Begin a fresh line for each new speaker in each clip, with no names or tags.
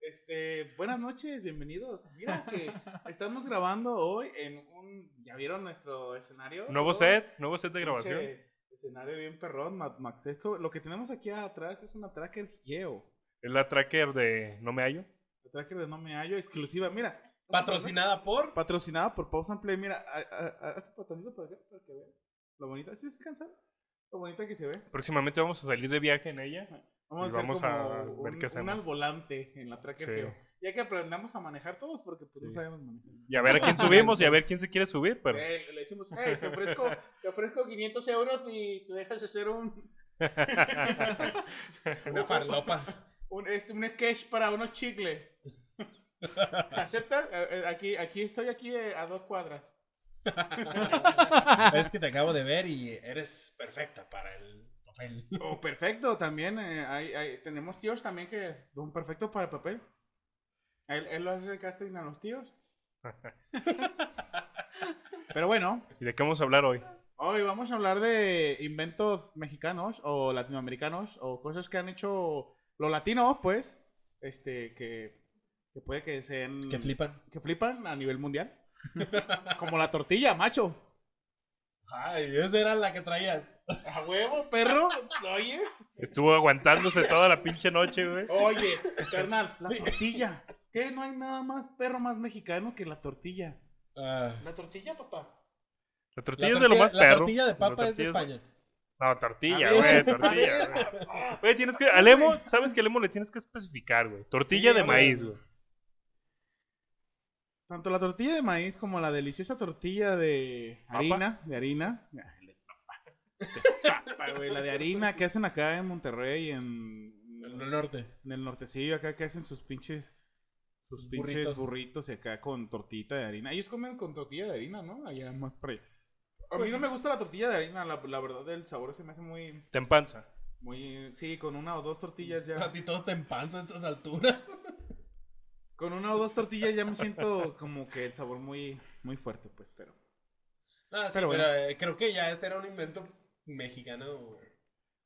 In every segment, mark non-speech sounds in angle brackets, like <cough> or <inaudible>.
Este, buenas noches, bienvenidos. Mira que estamos grabando hoy en un. ¿Ya vieron nuestro escenario?
Nuevo
Oh,
set, nuevo set de grabación.
pinche Escenario bien perrón, Mad Maxesco. Lo que tenemos aquí atrás es una tracker Geo.
El tracker de No Me Hallo.
La tracker de No Me Hallo, exclusiva. Mira.
Patrocinada por.
Patrocinada por Pause and Play. Mira, a- a- a- hazte patadito para acá para que veas. Lo bonita, ¿sí se alcanza? Lo bonita que se ve.
Próximamente vamos a salir de viaje en ella.
Vamos
Y
a hacer
vamos a
como
ver
un,
qué
un
hacemos.
al volante en la tracker
Sí.
Geo. Ya que aprendamos a manejar todos porque pues, no
Sí.
sabemos manejar.
Y a
<laughs>
ver a quién subimos y a ver quién se quiere subir, pero
Eh, le decimos, "Hey, te <laughs> ofrezco, te ofrezco 500 euros y te dejas hacer un,
Una farlopa.
un, este, un sketch para unos chicles.
<laughs>
¿Aceptas? Eh, eh, Aquí, aquí estoy aquí eh, a dos cuadras.
<laughs> es que te acabo de ver y eres perfecta para el papel.
Oh, perfecto, también eh, hay, hay- tenemos tíos también que son perfectos para el papel. Él, él lo hace el casting a los
<laughs>
tíos. Pero bueno,
<laughs> ¿y de qué vamos a hablar hoy?
Hoy vamos a hablar de inventos mexicanos o latinoamericanos o cosas que han hecho los latinos, pues, este, que, que puede que sean...
Que flipan.
que flipan a nivel mundial. <laughs> Como la tortilla, macho.
Ay, esa era la que traías.
A huevo, perro. Oye.
Estuvo aguantándose toda la pinche noche, güey.
Oye, carnal, la
Sí.
tortilla. ¿Qué? No hay nada más perro más mexicano que la tortilla.
Ah,
La tortilla, papá.
La tortilla es
tortilla-
de lo más
la
perro.
tortilla de
La
papa es de
tortilla
España.
No, tortilla,
A ver,
güey, tortilla. güey. Güey, tienes que. A Lemo, sabes que a Lemo le tienes que especificar, güey. Tortilla
Sí,
de
a ver.
maíz, güey.
Tanto la tortilla de maíz como la deliciosa tortilla de
¿Papa?
harina, de harina. Ay, de papa. De papa, güey, la de harina que hacen acá en Monterrey, en,
En el norte.
en el nortecillo, acá que hacen sus pinches, sus
Sus
pinches burritos.
burritos.
y acá con tortita de harina. Ellos comen con tortilla de harina, ¿no? Allá más para allá. A
Pues
mí no me gusta la tortilla de harina, la, la verdad el sabor se me hace muy,
Te empanza.
muy, sí, con una o dos tortillas ya.
A ti todo te empanza a estas alturas. <laughs>
Con una o dos tortillas ya me siento como que el sabor muy, muy fuerte, pues, pero.
Ah, sí,
Pero
pero,
bueno.
eh, creo que ya ese era un invento mexicano.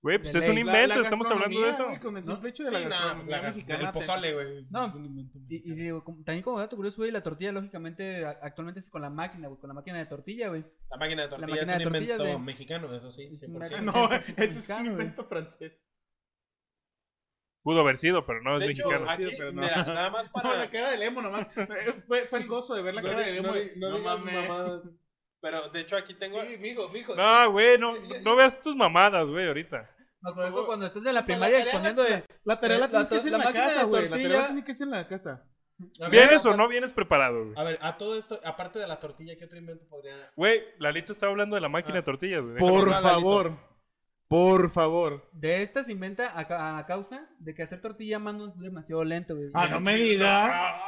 Güey, pues
De
es un
ley.
La-
invento,
la
estamos hablando de
gastronomía,
eso.
güey, con el simple hecho de la
sí, nada, pues,
gastronomía
la-
mexicana.
el
te-
pozole, güey. es
No,
un invento
Y, y
mexicano.
digo, como- también como dato curioso, güey, la tortilla, lógicamente, a- actualmente es con la máquina, güey, con la máquina de tortilla, güey.
la máquina de tortilla
máquina
es un
de tortillas,
invento
güey.
mexicano, eso sí,
Es una
100%.
cosa-
No, ese
Sí,
es un
mexicano, güey.
invento
<laughs>
francés.
Pudo haber sido, pero no es
De hecho,
mexicano.
ah,
aquí,
Sí, pero no.
mira, nada más
No,
para...
la cara de Lemo nomás.
<laughs>
Eh, Fue, fue el gozo de ver la
No
cara
di-
de Lemo.
no
de,
di- no digas mamadas. Pero de hecho aquí tengo.
Sí, mijo, mijo. sí.
No, güey, no,
Ya- ya-
no veas tus mamadas, güey, ahorita.
Me
Por favor.
acuerdo cuando estás en
Hasta
la
la
primaria
tarea
exponiendo de...
La tarea la
La
tienes que
to-
hacer
la
en la
máquina de
casa, güey. La tarea la
tortilla.
tienes que hacer en la casa.
A ver,
¿Vienes
a-
o no vienes preparado, güey?
A ver, a todo esto, aparte de la tortilla, ¿qué otro invento podría.?
Güey, Lalito estaba hablando de la máquina de tortillas, güey. déjalo.
Ah. Por
hablar,
favor. Por favor.
De esta se inventa a, ca- a causa de que hacer tortilla a mano es demasiado lento, güey.
Ah, no me digas.
Ah,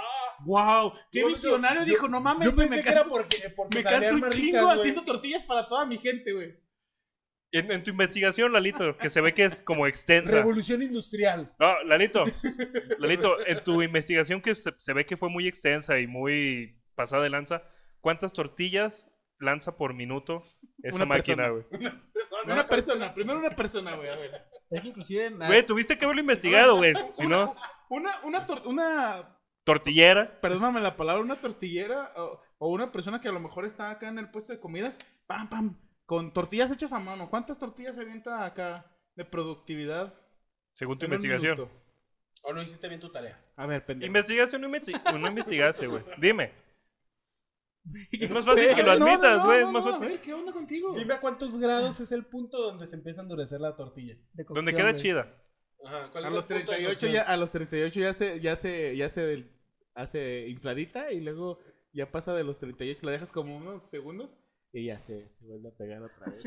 Wow. Qué
Yo-
visionario
yo-
dijo, no mames,
yo
güey,
pensé
me
que era
canso.
porque, eh, porque
Me
sabían
canso un
más
chingo
ricas, güey.
haciendo tortillas para toda mi gente, güey.
En, en tu investigación, Lalito, que se ve que es como extensa.
Revolución industrial.
No,
<laughs>
Lalito, Lalito, en tu investigación que se, se ve que fue muy extensa y muy pasada de lanza, ¿cuántas tortillas lanza por minuto esa
Una
máquina,
persona.
güey?
Una persona, primero una persona, güey, a ver.
Es que inclusive... ah, me-
Güey, tuviste que haberlo investigado,
<laughs>
güey. Si no,
Una, una, tor- una
tortillera.
perdóname la palabra, una tortillera o, o una persona que a lo mejor está acá en el puesto de comidas, pam, pam, con tortillas hechas a mano. ¿Cuántas tortillas se avienta acá de productividad?
Según tu
en un
investigación.
minuto?
¿O no hiciste bien tu tarea?
A ver, pendejo.
Investigación no, investi- no investigaste, güey.
<laughs>
Dime.
¿Qué
Es más fácil que
No,
lo
no,
admitas,
no,
güey.
no,
es más
no,
fácil.
güey, ¿Qué onda contigo?
Dime a cuántos grados es el punto donde se empieza a endurecer la tortilla.
de cocción,
Donde queda
güey. <laughs>
chida.
Ajá, ¿cuál
A
es el
los
punto de
38
cocción?
ya, a los 38 ya se, ya se, ya se del- hace infladita y luego ya pasa de los 38, la dejas como unos segundos y ya se, se vuelve a pegar otra <laughs> vez.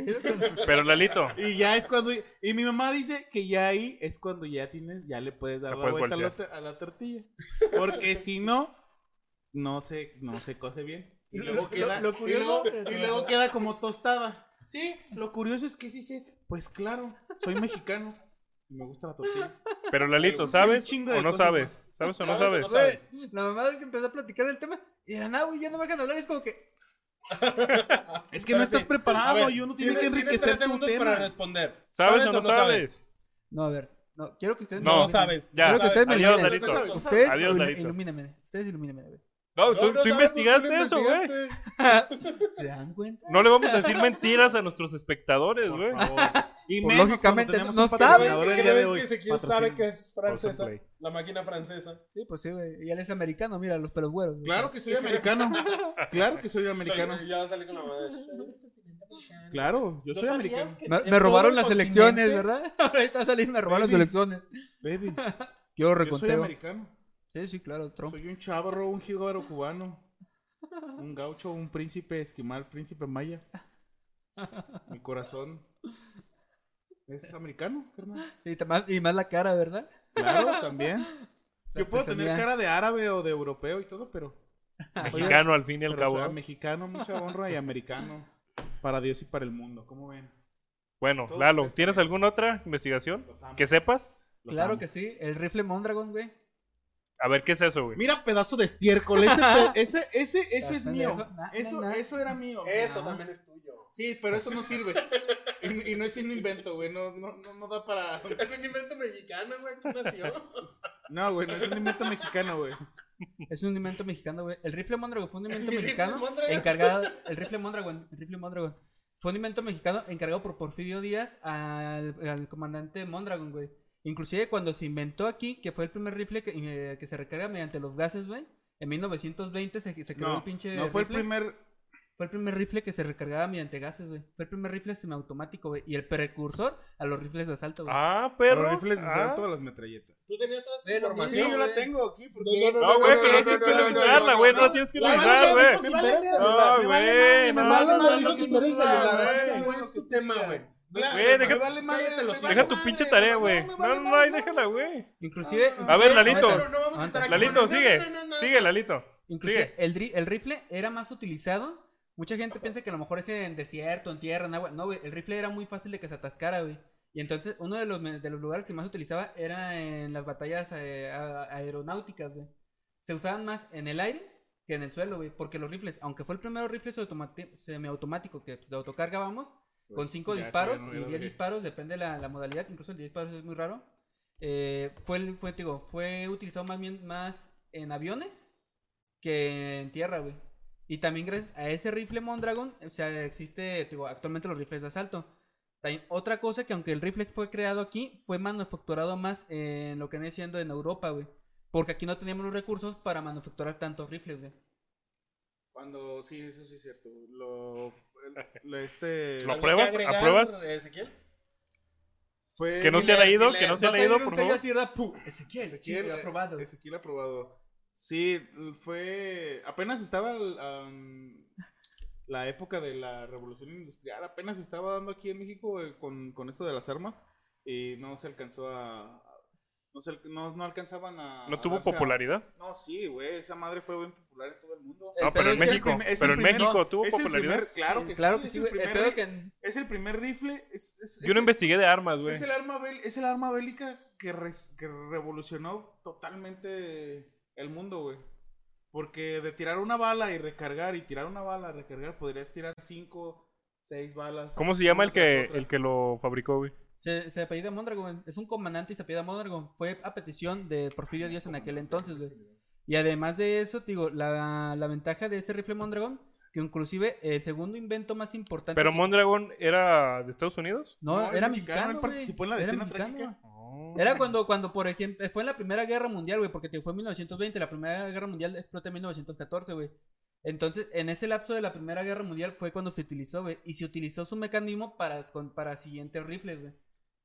Pero Lalito,
Y ya es cuando. Y mi mamá dice que ya ahí es cuando ya tienes, ya le puedes dar
La
la,
puedes
vuelta a la, tor- a la tortilla. Porque si no, no se, no se cose bien. Y
Lo-
luego,
lo-
queda,
lo
y
curioso-
luego- y luego queda como tostada. Sí, lo curioso es que sí sé. Pues claro, soy mexicano. Y me gusta la tortilla.
pero Lalito,
Un
¿sabes
chingo de
o no
cosas
sabes? ¿Sabes o no
¿Sabes o
sabes?
no sabes?
Güey, la mamá es que empezó a platicar del tema y de la nada, güey, ya no me dejan hablar. Es como que...
Es que no
Espérate.
estás
A
preparado
ver,
y uno tiene que
tienes
enriquecer
tres
tu
segundos
tema.
para responder.
¿Sabes o no sabes?
No, a ver. No, quiero que ustedes me
No,
No,
iluminen.
sabes.
ya.
no
Quiero que ustedes me
Adiós,
iluminen.
Lalito.
Ustedes-
sabes.
Ustedes
Adiós,
ilum-
Lalito.
ilumínenme. Ustedes ilumínenme, güey.
No,
No,
Oh, tú,
no
tú
sabes,
investigaste
tú lo
eso, güey.
investigaste.
¿Se dan cuenta?
No le vamos a decir mentiras a nuestros espectadores,
Por
güey.
favor. Y
Pues,
menos
lógicamente,
cuando tenemos
no
un
sabe.
Ah,
patrocinador el
¿Qué
día de
crees
hoy.
que Ezequiel sabe que es francesa?
Play.
La máquina francesa.
Sí, pues sí, güey. Y él es americano, mira, los pelos güeros. güey.
Claro que soy americano. Claro que soy americano.
Soy- ya va a salir con la madre.
Claro, yo
¿No
soy
sabías
americano.
que
Me,
en
me robaron
todo el
las elecciones,
continente-
¿verdad? <laughs> Ahorita va a salir, me robaron las
Baby.
elecciones.
Baby,
Quiero
yo soy
reconteo.
americano.
Sí, sí, claro, Trump.
Soy un chavarro, un jíbaro cubano. Un gaucho, un príncipe esquimal, príncipe maya. Mi corazón es americano, carnal.
Y, ta- más, y más la cara, ¿verdad?
Claro, también.
La
Yo puedo tener
artesanía.
cara de árabe o de europeo y todo, pero.
Mexicano, al fin y al
pero
cabo.
soy
¿no?
mexicano, mucha honra y americano. Para Dios y para el mundo, ¿cómo ven?
Bueno,
Todos este
Lalo,
ustedes
¿tienes
también.
alguna otra investigación
Los amo.
que sepas?
los
Claro
amo.
que sí, el rifle Mondragon, güey.
A ver, ¿qué es eso, güey?
Mira, pedazo de estiércol. Ese, pe- ese, ese, eso
Ya,
es mío.
pendejo. Na, na,
Eso,
na.
eso era mío.
Esto
Ah.
también es tuyo.
Sí, pero eso no sirve. Y, y no es un invento, güey. No, no, no, no da para.
Es un invento mexicano, güey. ¿Cómo nació?
No, güey, no es un invento mexicano, güey.
Es un invento mexicano, güey. El rifle
<laughs>
Mondragon fue un invento
Mi rifle
mexicano
Mondragon.
encargado. El rifle Mondragon, el rifle Mondragon. Fue un invento mexicano encargado por Porfirio Díaz al, al comandante Mondragon, güey. Inclusive cuando se inventó aquí, que fue el primer rifle que, eh, que se recarga mediante los gases, güey. En 1920 se, se creó el
No,
pinche.
no fue el
rifle.
primer.
Fue el primer rifle que se recargaba mediante gases, güey. Fue el primer rifle semiautomático, güey. Y el precursor a los rifles de asalto, güey.
Ah,
Pero
perro.
rifles de
Ah.
asalto a las metralletas.
Tú tenías toda esa
Pero,
Sí,
información.
yo la
güey.
tengo aquí. Porque...
No, güey, pero no
no,
tienes que
no, no,
utilizarla,
no,
güey.
no,
No
no.
tienes que
La-
utilizar,
la-
güey.
la-
No,
Me vale madre,
güey. no,
me vale
no,
Malo
madre,
no,
no dijo
no,
sin
sin
no,
ver
no,
el celular, así
güey.
que no es tu tema, güey.
Güey,
me
deja-
vale madre,
cállate
me
los
vale
Deja tu
madre,
pinche
me
tarea,
vale
güey.
madre, me
No,
vale
no, no,
madre.
ahí déjala, güey.
Inclusive,
A ver, Lalito.
Ah. No, no vamos a estar aquí.
Lalito, sigue.
No, no, no, no.
Sigue, Lalito.
inclusive
Sigue.
el, dri- el rifle era más utilizado. Mucha gente piensa que a lo mejor es en desierto, en tierra, en agua. No, güey. El rifle era muy fácil de que se atascara, güey. Y entonces uno de los, me- de los lugares que más se utilizaba era en las batallas eh, a- aeronáuticas, güey. Se usaban más en el aire que en el suelo, güey. Porque los rifles, aunque fue el primer rifle automati- semiautomático que de autocarga vamos, con cinco
Pues, Ya, eso
disparos
ya no
y
era
10
de-
disparos, depende la, la modalidad, incluso el 10 disparos es muy raro. Eh, fue, el- fue, te digo, fue utilizado más bien más en aviones que en tierra, güey. Y también gracias a ese rifle Mondragon, o sea, existe, te digo, actualmente los rifles de asalto. También otra cosa que aunque el rifle fue creado aquí, fue manufacturado más en lo que viene siendo en Europa, güey. Porque aquí no teníamos los recursos para manufacturar tantos rifles, güey.
Cuando, sí, eso sí es cierto. Lo. el- lo- este.
Lo-
¿Algo que
¿Apruebas?
agregar,
¿Apruebas?
Ezequiel?
Fue.
Que no
sí
se ha
leer,
leído,
sí
que no
leer.
se ha
Va a salir
leído,
un
por
sello
favor.
así, ¿verdad? ¡Pum! Ezequiel,
Ezequiel,
chingo,
eh,
aprobado.
Ezequiel aprobado. Sí, l- fue. Apenas estaba el, am, la época de la revolución industrial, apenas estaba dando aquí en México eh, con, con esto de las armas y no se alcanzó a. a- No, se al- no, no alcanzaban a.
No
a
tuvo
darse a-
popularidad.
No, sí, güey, esa madre fue bien popular en todo el mundo.
El
No, pero en
pedo es que el
México.
primer- es el
Pero en
primer-
México
no,
tuvo
es el
popularidad.
primer- claro que
claro
sí,
que
es
sí,
el
güey. El
primer
pedo
rifle.
que en-
Es el primer rifle. Es, es-
Yo no
es-
investigué de armas, güey.
es el arma bél- es el arma bélica que, res- que revolucionó totalmente el mundo, güey. Porque de tirar una bala y recargar y tirar una bala, recargar, podrías tirar cinco, seis balas.
¿Cómo se llama
una
el que,
tras otra.
el que lo fabricó, güey?
Se, se apellida Mondragon, es un comandante y se apellida Mondragon. Fue a petición de Porfirio Díaz en aquel entonces, güey. Y además de eso, te digo, la, la ventaja de ese rifle Mondragon, que inclusive el segundo invento más importante...
¿Pero
que-
Mondragon era de Estados Unidos?
No,
No, es
era
mexicano,
mexicano,
él
güey.
participó en la
Era
decena
mexicano.
trágica.
Era cuando, cuando, por ejemplo, fue en la Primera Guerra Mundial, güey, porque te digo, fue en 1920, la Primera Guerra Mundial explota en 1914, güey. Entonces, en ese lapso de la Primera Guerra Mundial fue cuando se utilizó, güey, y se utilizó su mecanismo para, con- para siguientes rifles, güey.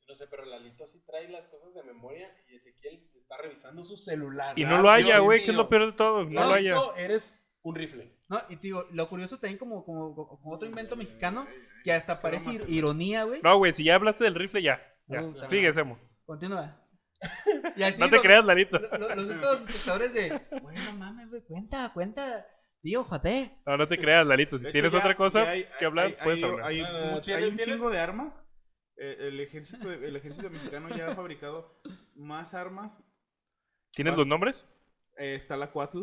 No sé, pero Lalito sí trae las cosas de memoria y Ezequiel está revisando su celular. Ah,
Y
Ah,
no lo haya,
Dios
güey, que es
mío.
lo peor de todo. No lo haya.
Lalito, eres un rifle.
No, y te digo, lo curioso también como, como, como otro invento mexicano, que hasta parece
más
ir- ironía, güey.
No, güey, si ya hablaste del rifle, ya. ya.
Puta
Sigue,
madre.
Semo. <laughs>
Continúa. Y así
No te
los-
creas, Larito.
lo- lo- Los otros espectadores de, bueno, mames, güey, cuenta, cuenta. Tío, joder.
No, no te creas, Larito. Si
De hecho,
tienes
ya-
otra
ya
cosa
hay-
que hablar,
hay- hay-
puedes hablar.
Hay,
No, no, no,
mucho- hay
¿tienes-
un chingo de armas. Eh, el, ejército, el ejército mexicano ya ha fabricado más armas.
¿Tienes
más-
los nombres?
Eh, está la Cuatl.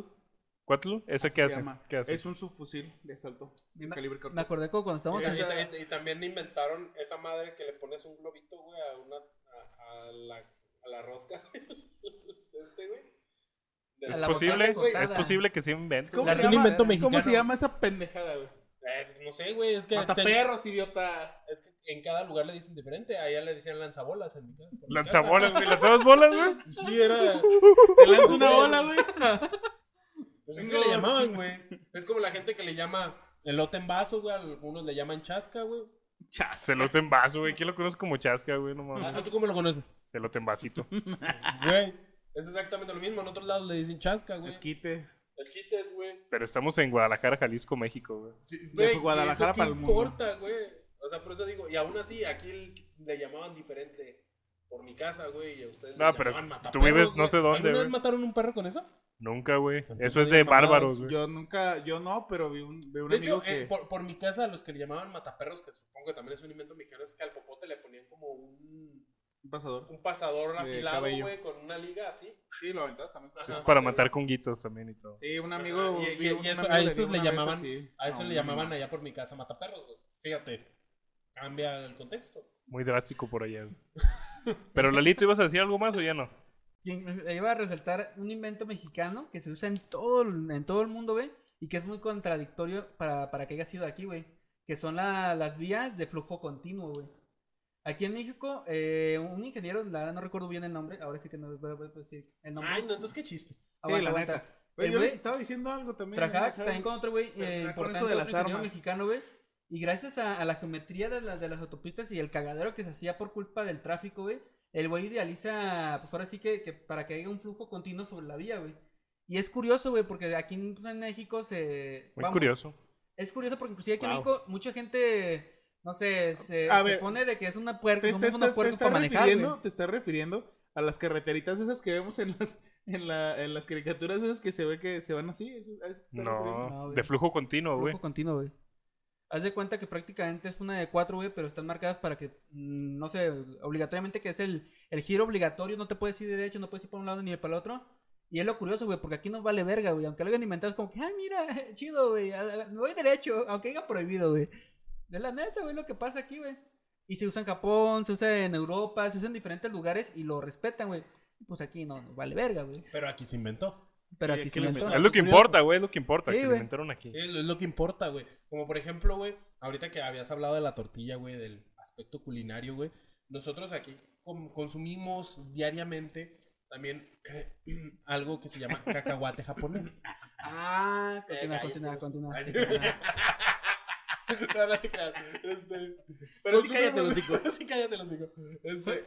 ¿Cuatlu? ¿Esa qué
se
hace?
llama.
¿Qué hace?
Es un subfusil de asalto. de
Me,
calibre corto.
me acordé como cuando estábamos
Y,
Vamos a
en-
hacer-
y- y- y también inventaron esa madre que le pones un globito, güey, a una. A, a la, rosca <laughs> de este, güey. De
A
Es
la
posible,
botaza cortada.
es posible que sí invente.
¿Cómo,
La
se
de un
llama,
invento
¿Cómo se
mexicano.
llama esa pendejada, güey?
Eh, no sé, güey, es que,
Mata
te-
perros, idiota.
es que en cada lugar le dicen diferente. Allá le decían lanzabolas en mi ca- en mi casa.
Lanzabolas, güey. ¿Lanzabas bolas,
<laughs>
güey?
Sí, era.
Te lanzo una bola, güey.
Pues así le llamaban, güey. Es como la gente que le llama elote en vaso, güey. Algunos le llaman chasca, güey.
Celote en vaso, güey. ¿Quién lo conoce como chasca, güey? No
Ah,
mames.
¿Tú cómo lo conoces?
Celote en vasito. Ah.
Güey. Es exactamente lo mismo. En otros lados le dicen chasca, güey.
Esquites.
Esquites, güey.
Pero estamos en Guadalajara, Jalisco, México, güey.
Sí,
De
güey,
Guadalajara
¿eso
para
qué
el mundo.
importa, güey? O sea, por eso digo, y aún así, aquí el- le llamaban diferente por mi casa, güey, y a ustedes
No,
le
pero
llamaban
tú
mataperros,
vives no
güey.
sé dónde,
¿Alguna vez
güey.
mataron un perro con eso?
Nunca, güey.
Entonces,
Eso es
no
de
digas mamadas.
bárbaros, güey.
Yo nunca, yo no, pero vi un, vi un amigo
De hecho,
que...
eh, por, por mi casa, los que le llamaban mataperros, que supongo que también es un invento mexicano, es que al popote le ponían como un,
Un pasador.
un pasador
De
afilado,
cabello.
güey, con una liga así.
Sí, lo aventabas también.
Ajá.
Es para matar conguitos también y todo.
Sí, un amigo...
Ah, Y- y-
vi
y
un
eso-
amigo
a
dio
esos le
una vez
llamaban-
así.
A eso
No,
le
no,
llamaban
no.
allá por mi casa mataperros, güey. Fíjate, cambia el contexto.
Muy drástico por allá. güey. Pero Lalito, ¿ibas a decir algo más o ya no?
Quien- Iba a resaltar un invento mexicano que se usa en todo, el- en todo el mundo, güey, y que es muy contradictorio para, para que haya sido aquí, güey. Que son la- las vías de flujo continuo, güey. Aquí en México, eh, un ingeniero, la verdad no recuerdo bien el nombre, ahora sí que no voy a voy a decir el nombre.
Ay, no, entonces qué chiste.
Aguanta,
la
aguanta.
neta. Güey,
El
yo les
güey
estaba diciendo algo también.
Trabajaba
¿no?
también con otro güey eh,
Ah, con
importante,
eso de
otro
las
ingeniero
armas.
mexicano, güey. Y gracias a, a la geometría de, la- de las autopistas y el cagadero que se hacía por culpa del tráfico, güey, el güey idealiza, pues ahora sí que, que para que haya un flujo continuo sobre la vía, güey. Y es curioso, güey, porque aquí pues, en México se...
Muy
vamos,
curioso.
Es curioso porque inclusive aquí en
Wow.
México mucha gente, no sé, se,
A
se
ver,
pone de que es una puerca,
Te,
somos
te-
una
te- te
puerca
estás
para manejar, güey.
refiriendo, te estás refiriendo a las carreteritas esas que vemos en las, en la, en las caricaturas esas que se ve que se van así. eso- a eso te estás refiriendo.
No,
No,
güey.
de flujo continuo, güey.
Flujo continuo, güey. Haz de cuenta que prácticamente es una de cuatro, güey, pero están marcadas para que, mm, no sé, obligatoriamente que es el, el giro obligatorio, no te puedes ir derecho, no puedes ir para un lado ni para el otro. Y es lo curioso, güey, porque aquí no vale verga, güey. Aunque lo hayan inventado, es como que, ay, mira, <laughs> chido, güey, a- a- me voy derecho, aunque diga prohibido, güey. Es la neta, güey, lo que pasa aquí, güey. Y se usa en Japón, se usa en Europa, se usa en diferentes lugares y lo respetan, güey. Pues aquí no, no vale verga, güey.
Pero aquí se inventó.
Pero
Y
aquí
aquí
se
lo
inventó.
Es lo que
Curioso.
importa, güey. Es lo que importa.
Sí,
que lo
güey.
inventaron aquí.
Sí, es lo- es lo que importa, güey. Como por ejemplo, güey, ahorita que habías hablado de la tortilla, güey, del aspecto culinario, güey. Nosotros aquí com- consumimos diariamente también <clears throat> algo que se llama cacahuate
<laughs>
japonés.
Ah, continúa,
Eh,
continúa,
cállate,
continúa.
los-
continúa.
<laughs> no, no te creas. Este,
Pero sí
consumimos-
cállate, los hijos.
pero <laughs> sí cállate, los hijos. Este,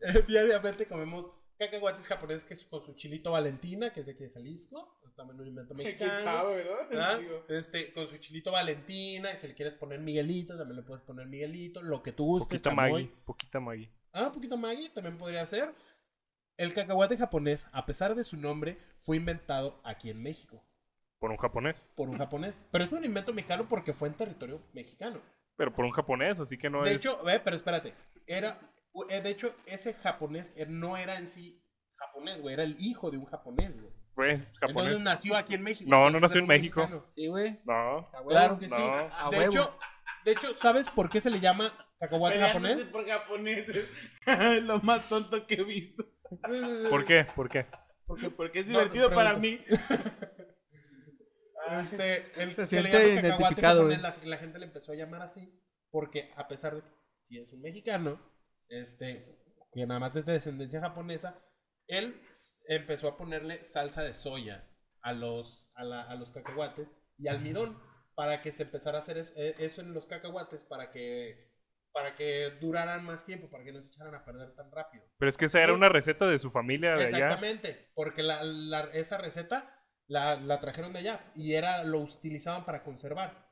eh, diariamente comemos cacahuates japoneses que es con su chilito Valentina, que es de aquí de Jalisco. También un
<laughs>
invento mexicano.
¿Quién sabe, verdad?
¿verdad?
Digo,
Este, con su chilito Valentina, y si le quieres poner Miguelito, también le puedes poner Miguelito, lo que tú gustes,
Poquita
chamoy.
Maggie. Poquita Maggie.
Ah, poquito Maggi también podría ser. El cacahuate japonés, a pesar de su nombre, fue inventado aquí en México
Por un japonés.
por un japonés. Pero es un invento mexicano porque fue en territorio mexicano.
Pero por un japonés, así que no
de
es.
hecho, eh, pero espérate, era eh, de hecho ese japonés eh, no era en sí japonés, güey, era el hijo de un japonés, güey.
güey, japonés.
Entonces nació aquí en México.
No, no
entonces
nació
era
en
un
México.
mexicano.
Sí, güey.
No.
A huevo.
Claro que
No.
sí. Ah,
A
De
huevo.
hecho, de hecho, ¿sabes por qué se le llama cacahuate
peleándose
japonés?
por japoneses. <laughs> es lo más tonto que he visto.
¿Por qué? ¿Por qué?
Porque, porque es
No,
divertido para
pregunto.
mí. Ah,
Este, el-
Se
se, le
siente
llama cacahuate
identificado,
japonés. La, la gente le empezó a llamar así porque a pesar de que si es un mexicano, este, que nada más es de descendencia japonesa, él s- empezó a ponerle salsa de soya a los, a la- a los cacahuates y almidón para que se empezara a hacer es- eh, eso, en los cacahuates para que para que duraran más tiempo, para que no se echaran a perder tan rápido.
Pero es que esa era
Sí.
una receta de su familia de allá.
Eh, Exactamente, porque la, la- esa receta la, la trajeron de allá y era lo utilizaban para conservar.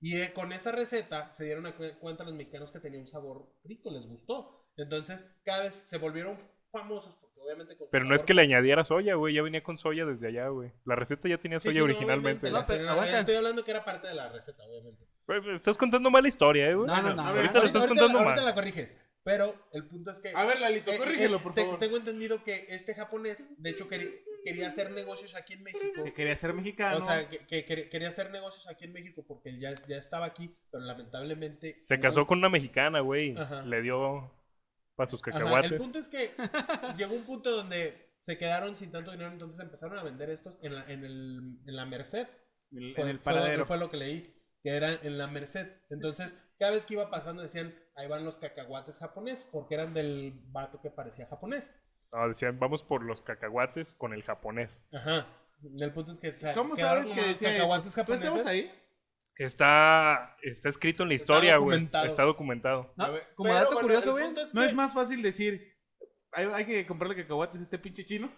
Y eh, con esa receta se dieron a cu- cuenta los mexicanos que tenía un sabor rico, les gustó. Entonces cada vez se volvieron famosos porque obviamente con su
Pero no es
sabor-
que le añadiera soya, güey. Ya venía con soya desde allá, güey. La receta ya tenía
Sí,
soya
sí, no,
originalmente.
obviamente,
No,
la-
pero
no,
aguanta.
estoy hablando que era parte de la receta, obviamente.
Güey, pues, Estás contando mala historia, eh, güey.
No, no, no.
A ver,
Ahorita lo
Ahorita-
estás
ahorita
contando
la- ahorita
mal.
la corriges, pero el punto es que
A ver, Lalito,
Eh,
Ah, corrígelo,
eh,
por
te-
favor.
Tengo entendido que este japonés, de hecho, queri- quería hacer negocios aquí en México.
Que quería ser mexicano.
O sea, que, que- que quería hacer negocios aquí en México porque él ya, ya estaba aquí, pero lamentablemente...
Se casó con una mexicana, güey. y
Ajá.
Le dio para sus
Ajá,
cacahuates.
el punto
<laughs>
es que llegó un punto donde se quedaron sin tanto dinero, entonces empezaron a vender estos en la, en el, en la Merced.
En el-
Fue,
en el
fue-
paradero.
fue lo que leí, que eran en la Merced. Entonces, cada vez que iba pasando decían, ahí van los cacahuates japonés, porque eran del vato que parecía japonés.
No, decían, vamos por los cacahuates con el japonés.
Ajá. El punto es que se
¿Cómo
quedaron
sabes
como
que
los
decía
cacahuates
eso? ¿Tú
japoneses.
estabas ahí?
Está, está escrito en la
Está
historia, güey. Está,
documentado.
documentado.
No,
A ver,
como
Pero
dato
bueno,
curioso,
el
güey,
punto es
No
que-
es más fácil decir. Hay, hay que comprarle cacahuates a este pinche chino.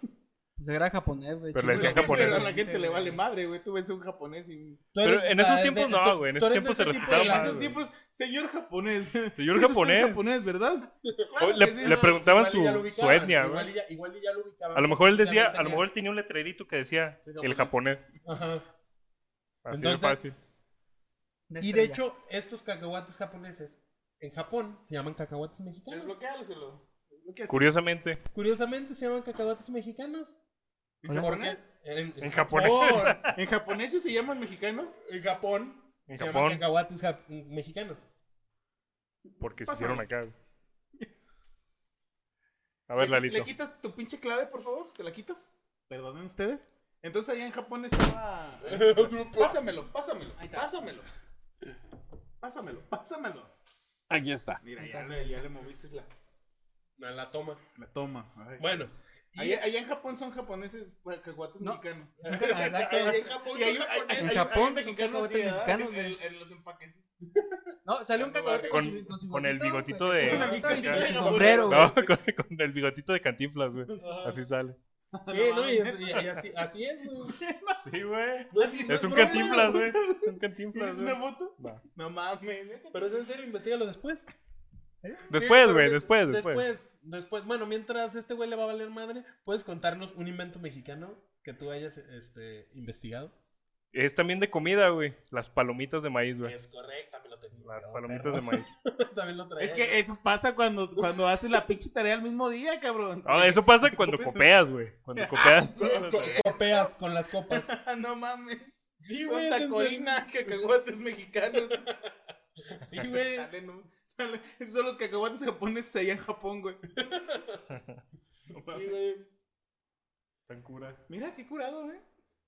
pues era japonés, güey.
Pero le
chino.
decían japonés.
Pero a la gente le vale madre, güey. Tú ves a un japonés y.
tú
Pero
eres-
en esos
ah, es
tiempos
de-
no,
tú-
güey, en
tú
esos
eres
tiempos
de
se
ese tipo
respetaba
de
En
más,
lazos,
esos
güey.
tiempos, señor japonés. Señor
Señor japonés.
japonés, ¿verdad?
O
Claro
le,
que sí.
le preguntaban
Igual y
su,
ya lo
su
ubicaban,
etnia,
Igual,
güey.
y ya- igual y ya lo ubicaban.
A lo mejor él
porque ya
decía,
no
a lo
tenía-
mejor él tenía un letrerito que decía
Soy japonés.
el japonés.
Ajá.
Así
pues, Entonces,
de fácil.
Y de este <laughs> hecho, estos cacahuates japoneses en Japón se llaman cacahuates mexicanos.
Desbloqueáleselo. Desbloqueas.
Curiosamente,
Curiosamente se llaman cacahuates mexicanos.
¿En
¿Por
japonés?
qué? En,
En japonés.
Japón.
¿En japonés se llaman mexicanos?
<laughs> En Japón.
en
se
Japón,
llaman cacahuates jap- mexicanos.
porque se
pasa.
hicieron acá. güey. A ver,
¿Le- ¿Le
Lalito.
quitas tu pinche clave, por favor? ¿Se la quitas? Perdonen ustedes. Entonces allá en Japón
<laughs>
estaba. pásamelo, pásamelo, pásamelo. Pásamelo, pásamelo.
Aquí está.
Mira, ya le, ya le moviste la,
No, la toma.
la toma. a ver.
Bueno. y-
Allá, allá en Japón son japoneses, cacahuates
No.
mexicanos.
Ah,
<laughs> Exacto.
<laughs> en Japón
Y hay,
son
hay- hay-
japoneses.
hay-
Japón
hay mexicanos,
son
sí, ¿verdad?
mexicanos,
en,
güey.
en los empaques.
No, salió un cacahuate
Con-
su- su
con el
güey.
bigotito de-
Con el bigotito y su- y su
No,
sombrero, güey.
No, <laughs> con, con el bigotito de cantinflas, güey.
Ajá.
Así sale.
Sí, ¿no? Y, es- y- y así, así es, güey.
Sí, güey.
No es- no
Es un
broma,
cantinflas, güey. Es un cantinflas,
¿Tienes
güey.
una foto?
Va.
No mames.
Pero es en serio, investigalo después.
Después,
<laughs> Sí,
güey,
pero
después,
de-
después.
Después, después. Bueno, mientras este güey le va a valer madre, ¿puedes contarnos un invento mexicano que tú hayas este, investigado?
Es también de comida, güey. Las palomitas de maíz, güey.
Es correcto, también lo tenía.
Las
yo,
palomitas
perro.
de maíz.
<laughs> también lo traía.
Es que eso pasa cuando, cuando haces la pinche tarea el mismo día, cabrón.
No, Ah, eso pasa cuando
Copias.
copeas, güey. Cuando copeas.
<laughs> Co- co- copeas con las copas.
<laughs> no mames.
Sí, güey.
Son
es en serio.
<laughs> tacorina, cacahuates mexicanos.
Sí, <laughs> güey.
Salen, ¿no? Salen- Esos son los cacahuates japoneses allá en Japón, güey.
Sí, güey.
Tan cura.
Mira, qué curado, ¿eh?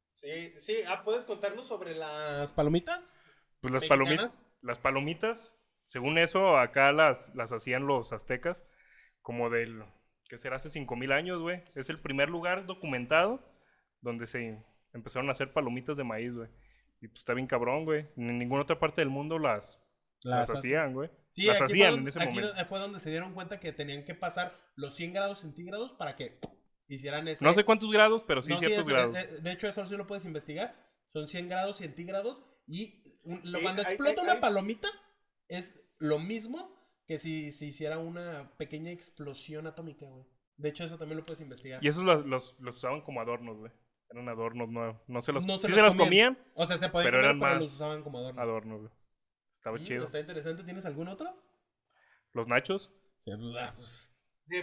Sí, sí. Ah, ¿puedes contarnos sobre las palomitas?
Pues las
mexicanas?
palomitas. Las palomitas, según eso, acá las, las hacían los aztecas, como del, que será hace 5.000 años, güey. Es el primer lugar documentado donde se empezaron a hacer palomitas de maíz, güey. Y pues está bien cabrón, güey. En ninguna otra parte del mundo las, las,
hace-
hacían, güey.
Sí,
las
aquí
hacían
fue,
en
donde,
ese
aquí
momento.
do- fue donde se dieron cuenta que tenían que pasar los 100 grados centígrados para que hicieran ese.
No sé cuántos grados, pero sí
No, sí,
ciertos
es-
grados.
eh, eh, De, hecho, eso sí lo puedes investigar. Son 100 grados centígrados y un- lo-
Sí,
cuando
hay-
explota
hay-
una
hay-
palomita es lo mismo que si se hiciera una pequeña explosión atómica, güey. De hecho, eso también lo puedes investigar.
Y esos los, los, los usaban como adornos, güey. Eran adornos, no, no se los...
No se
sí
los
se los comían,
O sea, se podían
Pero
comer,
eran
pero
más
los usaban como adorno.
adornos, güey. Estaba
Mm,
chido.
Está interesante. ¿Tienes algún otro? ah,
Los nachos.
Sí,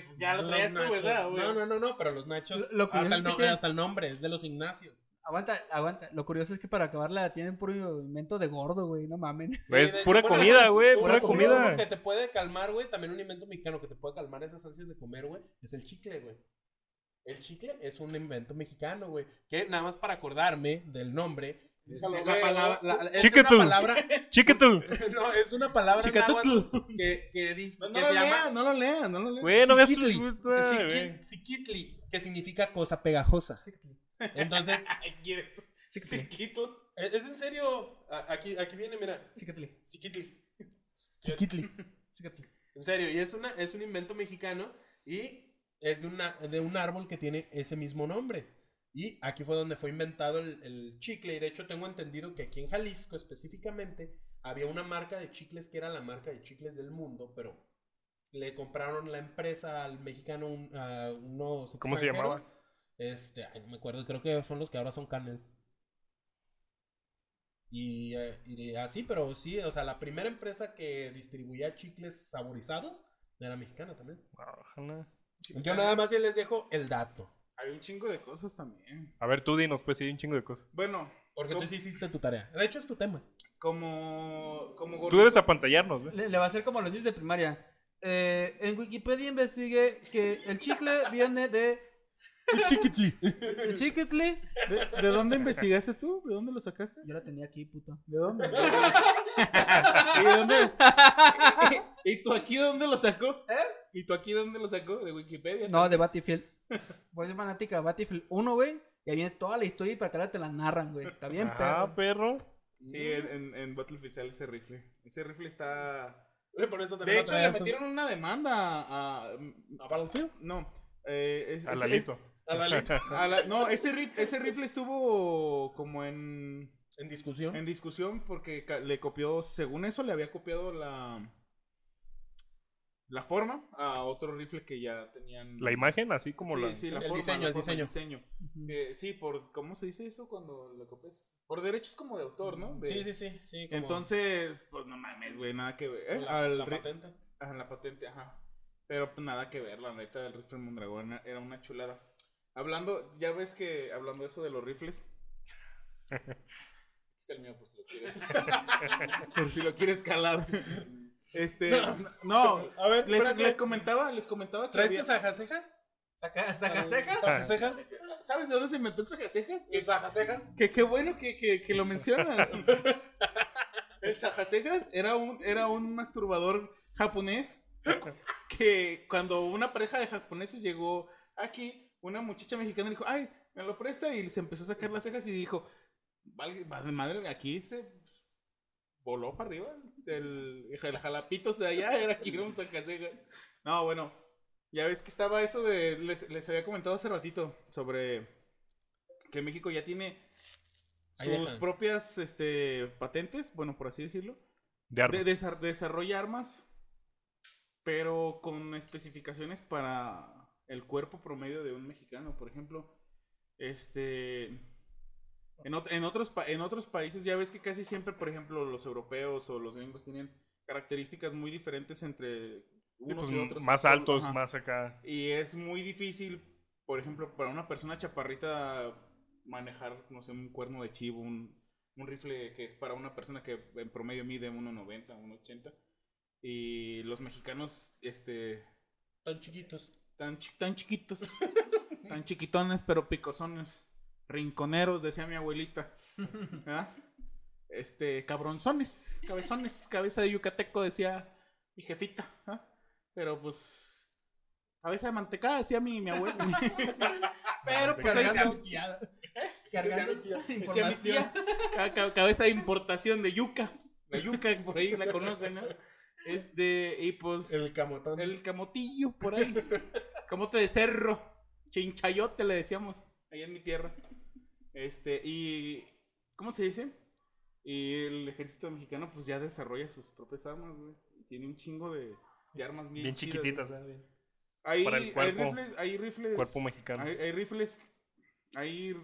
pues ya lo
Los
traes tú,
nachos.
¿verdad, güey?
No, no, no, no, pero los nachos.
Lo- lo
hasta,
curioso
el
es que
no-
tiene-
hasta el nombre, es de los Ignacios.
Aguanta, aguanta. Lo curioso es que para acabarla tienen puro invento de gordo, güey. No mamen.
Güey,
Sí,
es
de
Pues, pura
hecho, bueno,
comida, güey,
uno-
pura
uno-
comida.
uno que te puede calmar, güey, también un invento mexicano que te puede calmar esas ansias de comer, güey, es el chicle, güey. El chicle es un invento mexicano, güey. Que nada más para acordarme del nombre,
Déjalo,
este,
güey.
la palabra, la- es
Chicatl.
una palabra, <laughs>
Chiquetul.
no, es una palabra náhuatl
Chicatutl.
que, que dice,
No, no
que
lo
se llama
leas, no lo leas, no lo leas.
Güey, no veas tus-
Chiquitli.
puta,
Chiqui-
güey.
chiquitli, que significa cosa pegajosa. Entonces,
<laughs>
e,
Ay, ¿Quieres?
Síquetele,
Chiquito.
es es en serio, a- aquí, aquí viene, mira,
síquetele,
chiquitli. Chiquitli.
síquetele.
En serio, y es, una, es un invento mexicano y es de, una, de un árbol que tiene ese mismo nombre. Y aquí fue donde fue inventado el, el chicle. Y de hecho tengo entendido que aquí en Jalisco específicamente había una marca de chicles que era la marca de chicles del mundo, pero le compraron la empresa al mexicano un- a unos...
¿Cómo se
extranjeros.
llamaba?
Este, ay, no me acuerdo, creo que son los que ahora son canels. Y, eh, y así, pero sí, o sea, la primera empresa que distribuía chicles saborizados era mexicana también.
Ajá.
Yo nada más sí les dejo el dato.
Hay un chingo de cosas también.
A ver, tú dinos, pues sí, hay un chingo de cosas.
Bueno,
Porque tú
¿Cómo?
sí hiciste tu tarea. De hecho, es tu tema.
como. como
Tú debes apantallarnos, güey.
Le, le va a hacer como a los niños de primaria. Eh, en Wikipedia investigué que el chicle viene de
Chiquichi.
chiquitle.
¿De, de dónde investigaste tú? ¿De dónde lo <laughs> sacaste?
Yo la tenía aquí, puto.
¿De dónde? ¿Y de dónde? <laughs> ¿Y, y tú aquí dónde lo sacó?
¿Eh?
¿Y tú aquí dónde lo sacó? ¿De Wikipedia?
No, de Battlefield. Pues soy fanática de Battlefield 1, güey. Y ahí viene toda la historia y para acá te la narran, güey. Está bien,
Ah,
perro.
perro.
Sí, en, en, en Battlefield sale ese rifle. Ese rifle está.
Eh, Por eso también
De
lo
hecho, le
traías tú.
metieron una demanda a. a-
¿A Battlefield?
no. eh, es-
A
es-
Lalito.
A la lista.
a la- no, ese rifle, ese rifle estuvo como en,
En discusión.
en discusión porque ca- le copió, según eso, le había copiado la la forma a otro rifle que ya tenían.
La imagen, así como
Sí,
la.
sí, la
El
forma,
diseño,
la
el
forma, diseño.
Ujú.
Eh, sí, por, ¿cómo se dice eso cuando lo copias? Por derechos como de autor, ¿no? De-
Sí, sí, sí. sí como-
Entonces, pues no mames, güey, nada que ver.
como
¿eh?
La,
Al
la
ri-
patente.
Ajá, la patente, ajá. Pero pues, nada que ver, la neta del rifle Mondragón era- era una chulada. Hablando, ya ves que hablando eso de los rifles. Aquí está el mío por si lo quieres. por si lo quieres calar. Este, no,
A ver,
les,
espérate.
les comentaba, les comentaba que
¿Traes
había-
tus sajacejas?
Saca- ¿Sacacejas?
¿Sajacejas?
¿Sabes de dónde se inventó el sajacejas?
¿Tus sajacejas?
Que qué bueno que, que, que lo mencionas. El Sajasegas era un, era un masturbador japonés que cuando una pareja de japoneses llegó aquí, una muchacha mexicana dijo, ay, me lo presta y se empezó a sacar las cejas y dijo, "Valga- madre, madre, aquí se voló para arriba. El, el jalapitos de allá era aquí, era un Sajasegas. No, bueno, ya ves que estaba eso de, les, les había comentado hace ratito sobre que México ya tiene
Ahí
sus
dejan.
propias este, patentes, bueno, por así decirlo,
De armas.
de, desa- desarrolla armas, pero con especificaciones para el cuerpo promedio de un mexicano, por ejemplo, este... En, ot- en otros, pa- en otros países ya ves que casi siempre, por ejemplo, los europeos o los gringos tienen características muy diferentes entre
Sí,
unos
pues,
y otros.
más altos,
Ajá.
más acá.
Y es muy difícil, por ejemplo, para una persona chaparrita manejar, no sé, un cuerno de chivo, un, un rifle que es para una persona que en promedio mide 1,90, 1,80. Y los mexicanos, este,
Tan chiquitos.
tan, chi- tan chiquitos, <laughs> tan chiquitones, pero picosones, rinconeros, decía mi abuelita. ¿verdad? Este, cabronzones, cabezones, cabeza de yucateco, decía mi jefita. ¿ah? Pero pues, cabeza de mantecada, decía mi, mi
<laughs>
abuela. pero pues ahí
Cargando-
se-
<laughs>
Decía
Cargando
mi
decía mi
información.
tía, ca- ca- cabeza de importación de yuca. La yuca, por ahí la conocen, ¿no? Este, y pues...
El camotón.
El camotillo por ahí. Camote de cerro. Chinchayote le decíamos. Allá en mi tierra. Este, y. ¿Cómo se dice? Y el ejército mexicano, pues ya desarrolla sus propias armas, güey. Y Tiene un chingo de, de armas bien,
Bien
chidas,
chiquititas,
güey.
¿eh? Bien.
Hay,
para el
hay
cuerpo-
rifles. Hay rifles
Cuerpo mexicano.
hay, hay rifles, hay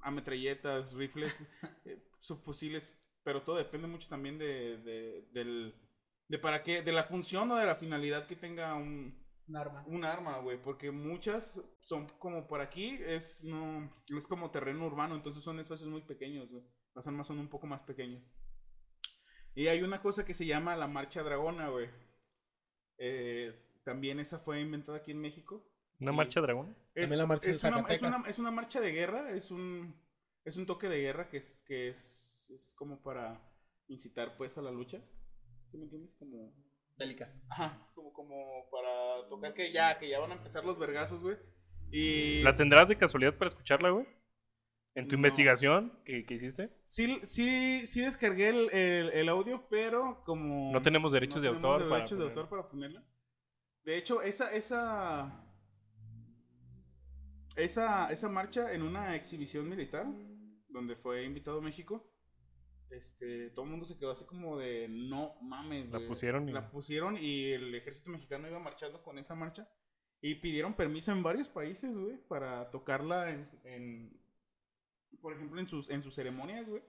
ametralletas, rifles, eh, subfusiles, pero todo depende mucho también de, de, del- de para qué, de la función o de la finalidad que tenga un,
Un arma.
un arma, güey, porque muchas son como por aquí, es no es como terreno urbano, entonces son espacios muy pequeños, güey. Las armas son un poco más pequeñas. Y hay una cosa que se llama la marcha dragona, güey. Eh, también esa fue inventada aquí en México.
¿Una
Y-
marcha dragón?
Es,
También la marcha de
es una, es,
Zacatecas.
una, es una marcha de guerra, es un, es un toque de guerra que es, que es, es como para incitar pues a la lucha. ¿Sí me entiendes? Como,
Bélica.
ajá, como, como para tocar que ya, que ya van a empezar los vergazos, güey. Y
¿La tendrás de casualidad para escucharla, güey? En tu
No.
investigación que, que hiciste.
sí, sí, sí descargué el, el- el audio, pero como...
No tenemos
no
derechos de
tenemos
autor. para
derechos de
poner-
autor para ponerla. De hecho, esa, esa, esa, esa marcha en una exhibición militar, donde fue invitado México, este, todo el mundo se quedó así como de no mames.
La
güey".
pusieron y-
La pusieron y el ejército mexicano iba marchando con esa marcha. Y pidieron permiso en varios países, güey, para tocarla en, en- por ejemplo, en sus, en sus ceremonias, güey,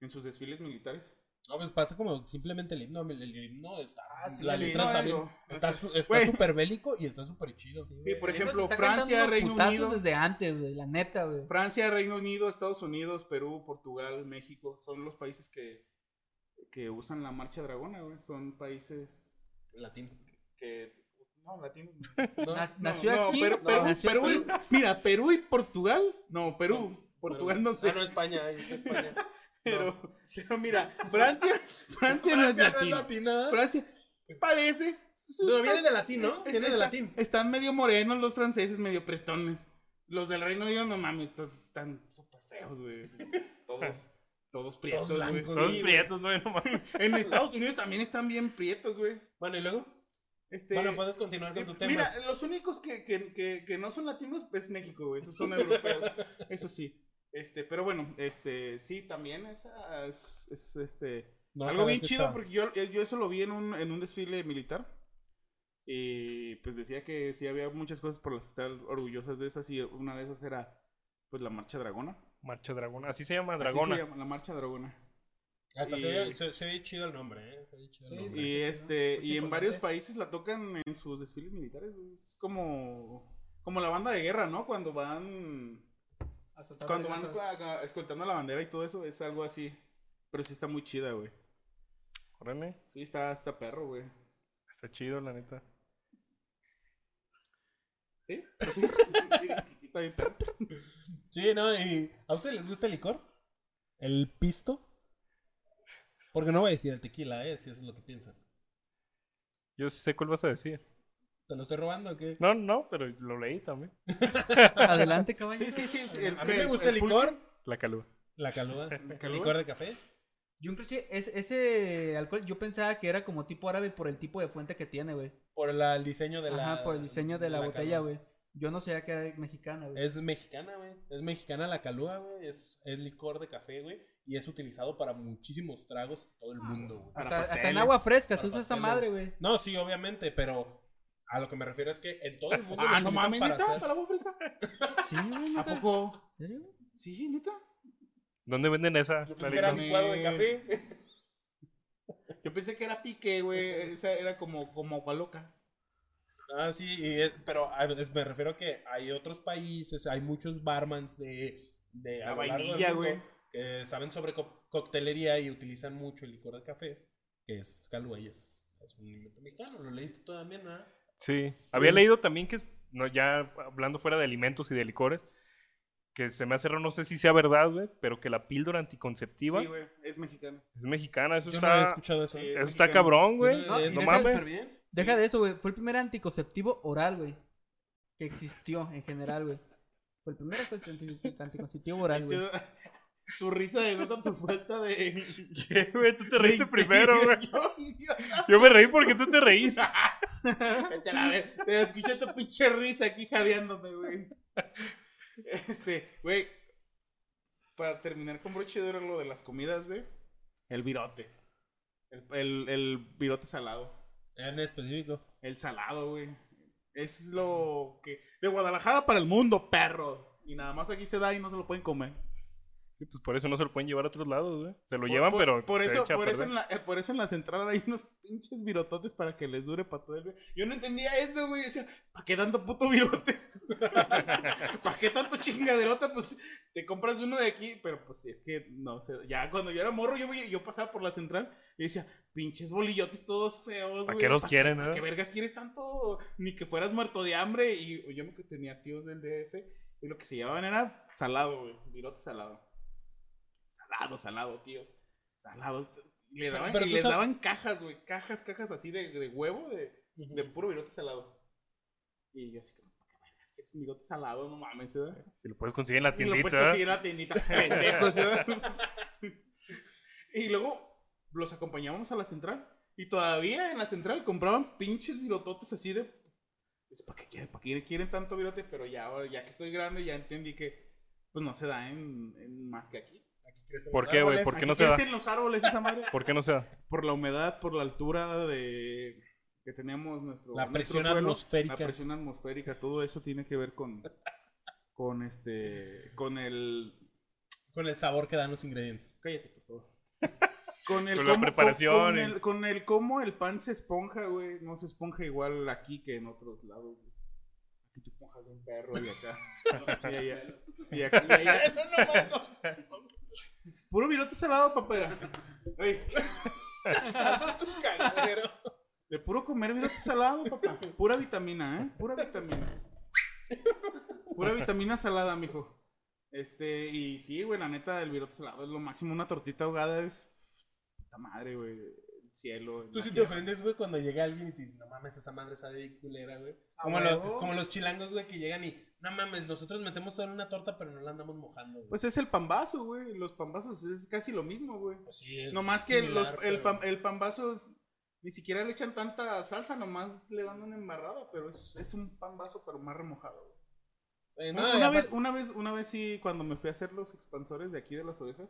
en sus desfiles militares.
No, pues pasa como simplemente el himno. El, el himno está.
Ah, sí,
la
el
letra
himno
está
es-
bien.
no,
Está
es-
su- está
güey.
súper bélico y está súper chido.
Sí, por
Eso te
ejemplo,
está cantando
Francia,
unos
Reino
putazos
Unido.
desde antes, güey. La neta, güey.
Francia, Reino Unido, Estados Unidos, Perú, Portugal, México, son los países que, que usan la marcha dragona, güey. Son países
Latino.
que... No, la tienes.
No,
Nas-
No,
nació
no,
aquí.
Perú,
no,
Perú,
nació
Perú
aquí.
es- mira, Perú y Portugal. No, Perú, Portugal no sé.
Ah, no, España, es España.
pero, pero mira, Francia, <laughs> Francia no es
Francia
latina.
latina.
Francia parece.
No, viene de latín, ¿no?
Es-
Viene de
está-
latín.
Están medio morenos los franceses, medio pretones. Los del Reino Unido, no mames, estos están súper feos,
<laughs>
güey. Todos, todos prietos,
Todos
güey.
blancos.
Sí,
Todos
güey.
prietos, güey, no mames. <laughs>
En Estados Unidos también están bien prietos, güey.
Bueno, ¿y luego?
Este,
Bueno, puedes continuar con tu
eh,
tema.
Mira, los únicos que, que- que- que no son latinos es México, güey. Esos son
<laughs>
europeos. Eso sí. Este, pero bueno, este, sí, también esa es, es, este.
No,
algo
acabé
bien
de
chido,
escuchar.
porque yo, eh, yo eso lo vi en un, en un desfile militar. Y pues decía que sí había muchas cosas por las que estar orgullosas de esas. Y una de esas era pues la marcha dragona.
Marcha Dragona. Así se llama,
Así se
Dragona.
llama, la marcha dragona.
Hasta se,
y-
oye, se- se oye chido el nombre, ¿eh? Se oye chido el
Sí,
nombre.
sí.
Y este,
Mucho
y en varios
importante.
países la tocan en sus desfiles militares. güey. Es como, como la banda de guerra, ¿no? Cuando van,
A soltar
cuando van
pedazos.
a- a- escoltando la bandera y todo eso, es algo así. Pero sí está muy chida, güey.
Órale,
Sí está, está perro, güey.
Está chido, la neta.
¿Sí?
<laughs>
Sí. está bien perro.
Sí, no, y ¿a ustedes les gusta el licor? ¿El pisto? Porque no voy a decir el tequila, ¿eh? Si eso es lo que piensan.
Yo sé cuál vas a decir.
¿Te lo estoy robando o qué?
No, no, pero lo leí también.
Adelante, caballero.
Sí, sí, sí. sí,
A mí me
el-
gusta el
pulque.
licor,
La calúa.
la calúa,
calúa?
el licor de café.
Yo inclusive, es- ese alcohol, yo pensaba que era como tipo árabe por el tipo de fuente que tiene, güey.
Por la- el diseño de la...
Ajá, por el diseño de la, botella,
calúa.
güey. Yo no sabía que era mexicana, güey.
Es mexicana, güey. Es mexicana la calúa, güey. Es, es licor de café, güey. Y es utilizado para muchísimos tragos en todo
Ah,
el mundo, güey.
para
Hasta, hasta en
pasteles,
agua fresca se
para
usa esa
pasteles.
madre, güey.
No, sí, obviamente, pero a lo que me refiero es que en todo el mundo
Ah, no
lo utilizan
mames,
para
neta,
hacer...
para la agua fresca.
Sí, güey.
¿A
neta.
poco?
¿En serio, güey?
Sí, neta.
¿Dónde venden esa?
Yo
pues
la
pensé que era
licor?
mi-
licuado de café. <laughs>
Yo pensé que era pique, güey. Esa era como, como agua loca.
Ah, sí, y es- pero a- es- me refiero a que hay otros países, hay muchos barmans de... de
La
a lo largo del
vainilla,
mundo
güey.
Que saben sobre co- coctelería y utilizan mucho el licor de café, que es calúa y es, es un invento mexicano. Lo leíste tú también, ¿no?
Sí. Había
Sí.
leído también que, es- no, ya hablando fuera de alimentos y de licores, que se me hace raro, no sé si sea verdad, güey, pero que la píldora anticonceptiva
Sí, güey. Es mexicano.
es mexicana. Eso
Yo no
está,
había escuchado eso.
Sí,
Yo
eso
Es
está
mexicana.
cabrón, güey.
no-
No,
y
está
deja-
mames.
superbién.
Deja de eso, güey. Fue el primer anticonceptivo oral, güey. Que existió en general, güey. Fue el primer anticonce- anticonceptivo oral, güey.
<laughs> Tu risa denota tu falta de.
¿Qué, <laughs> güey? Tú
<laughs>
te reíste primero, güey.
Yo, idiota.
Yo me reí porque tú te reíste.
Vete a la ver- Te escuché tu pinche risa aquí jadeándome, güey. Este, güey. Para terminar con broche de oro lo de las comidas, güey. El virote. El, el, el virote salado.
En específico.
El salado, güey. Eso es lo que. De Guadalajara para el mundo, perro. Y nada más aquí se da y no se lo pueden comer.
Sí, pues por eso no se lo pueden llevar a otros lados, güey. Se lo
Por-
llevan,
por-
pero.
Por
se
eso,
echa a
por, eso
perder.
en la, eh, por eso en la central hay unos pinches virototes para que les dure para todo el día. Yo no entendía eso, güey. Decía, ¿para qué tanto puto virote? <laughs> ¿Para qué tanto chingaderota? Pues te compras uno de aquí, pero pues es que no sé. Ya cuando yo era morro, yo, veía- yo pasaba por la central y decía, pinches bolillotes todos feos,
¿Para
güey.
qué los
¿pa'
quieren,
¿Para
eh?
qué vergas quieres tanto? Ni que fueras muerto de hambre. Y yo me que tenía tíos del DF. Y lo que se llevaban era salado, güey. Virote salado. Salado, salado, tío. Salado. Y Le
Pero-
daban,
pero
y
tú
les
sab-
daban cajas, güey. Cajas, cajas así de, de huevo, de, de puro virote salado. Y yo así como, ¿para qué vergas quieres virote salado? No mames, ¿eh?" ¿verdad?
Si lo puedes conseguir en la
Y lo puesto
tiendita.
así en la tiendita. pendejo, o sea. y luego los acompañábamos a la central. Y todavía en la central compraban pinches virototes así de. Es para qué quieren, para qué quieren tanto virote, pero ya, ahora- ya que estoy grande, ya entendí que pues no se da en, en más que aquí.
¿Por qué, güey? ¿Por
Porque
qué no se da?
en los árboles esa madre?
¿Por qué no se da?
Por la humedad, por la altura de que tenemos nuestro
La
nuestro
presión
suelo,
atmosférica.
la presión atmosférica, todo eso tiene que ver con con este con el
Con el sabor que dan los
<laughs>
ingredientes.
Cállate, por favor. Con el
Con la
cómo-
preparación,
Con,
eh.
el, con el cómo el pan se esponja, güey. No se esponja igual aquí que en otros lados, güey. Aquí te esponjas de un perro y acá. y allá. Y aquí y allá. Es Puro virote salado, papera. Oye,
Hazte un cagadero.
De puro comer virote salado, papá. Pura vitamina, ¿eh? Pura vitamina. Pura vitamina salada, mijo. Este, y sí, güey, la neta, el virote salado es lo máximo. Una tortita ahogada es. Puta madre, güey. El cielo.
Tú
la
sí te
tierra.
ofendes, güey, cuando llega alguien y te dice, no mames, esa madre sabe bien culera, güey. Como,
huevo.
los- como los chilangos, güey, que llegan y, no mames, nosotros metemos todo en una torta, pero no la andamos mojando, güey. Pues,
Pues es el pambazo, güey. Los pambazos es casi lo mismo, güey.
Pues sí, es.
Nomás que los-
similar,
el,
pero-
pam- el pambazo es- ni siquiera le echan tanta salsa, nomás le dan una embarrada, pero es, es un pambazo, pero más remojado. güey.
Eh, no,
Una,
y
una
aparte-
vez, una vez, una vez sí, cuando me fui a hacer los expansores de aquí de las orejas,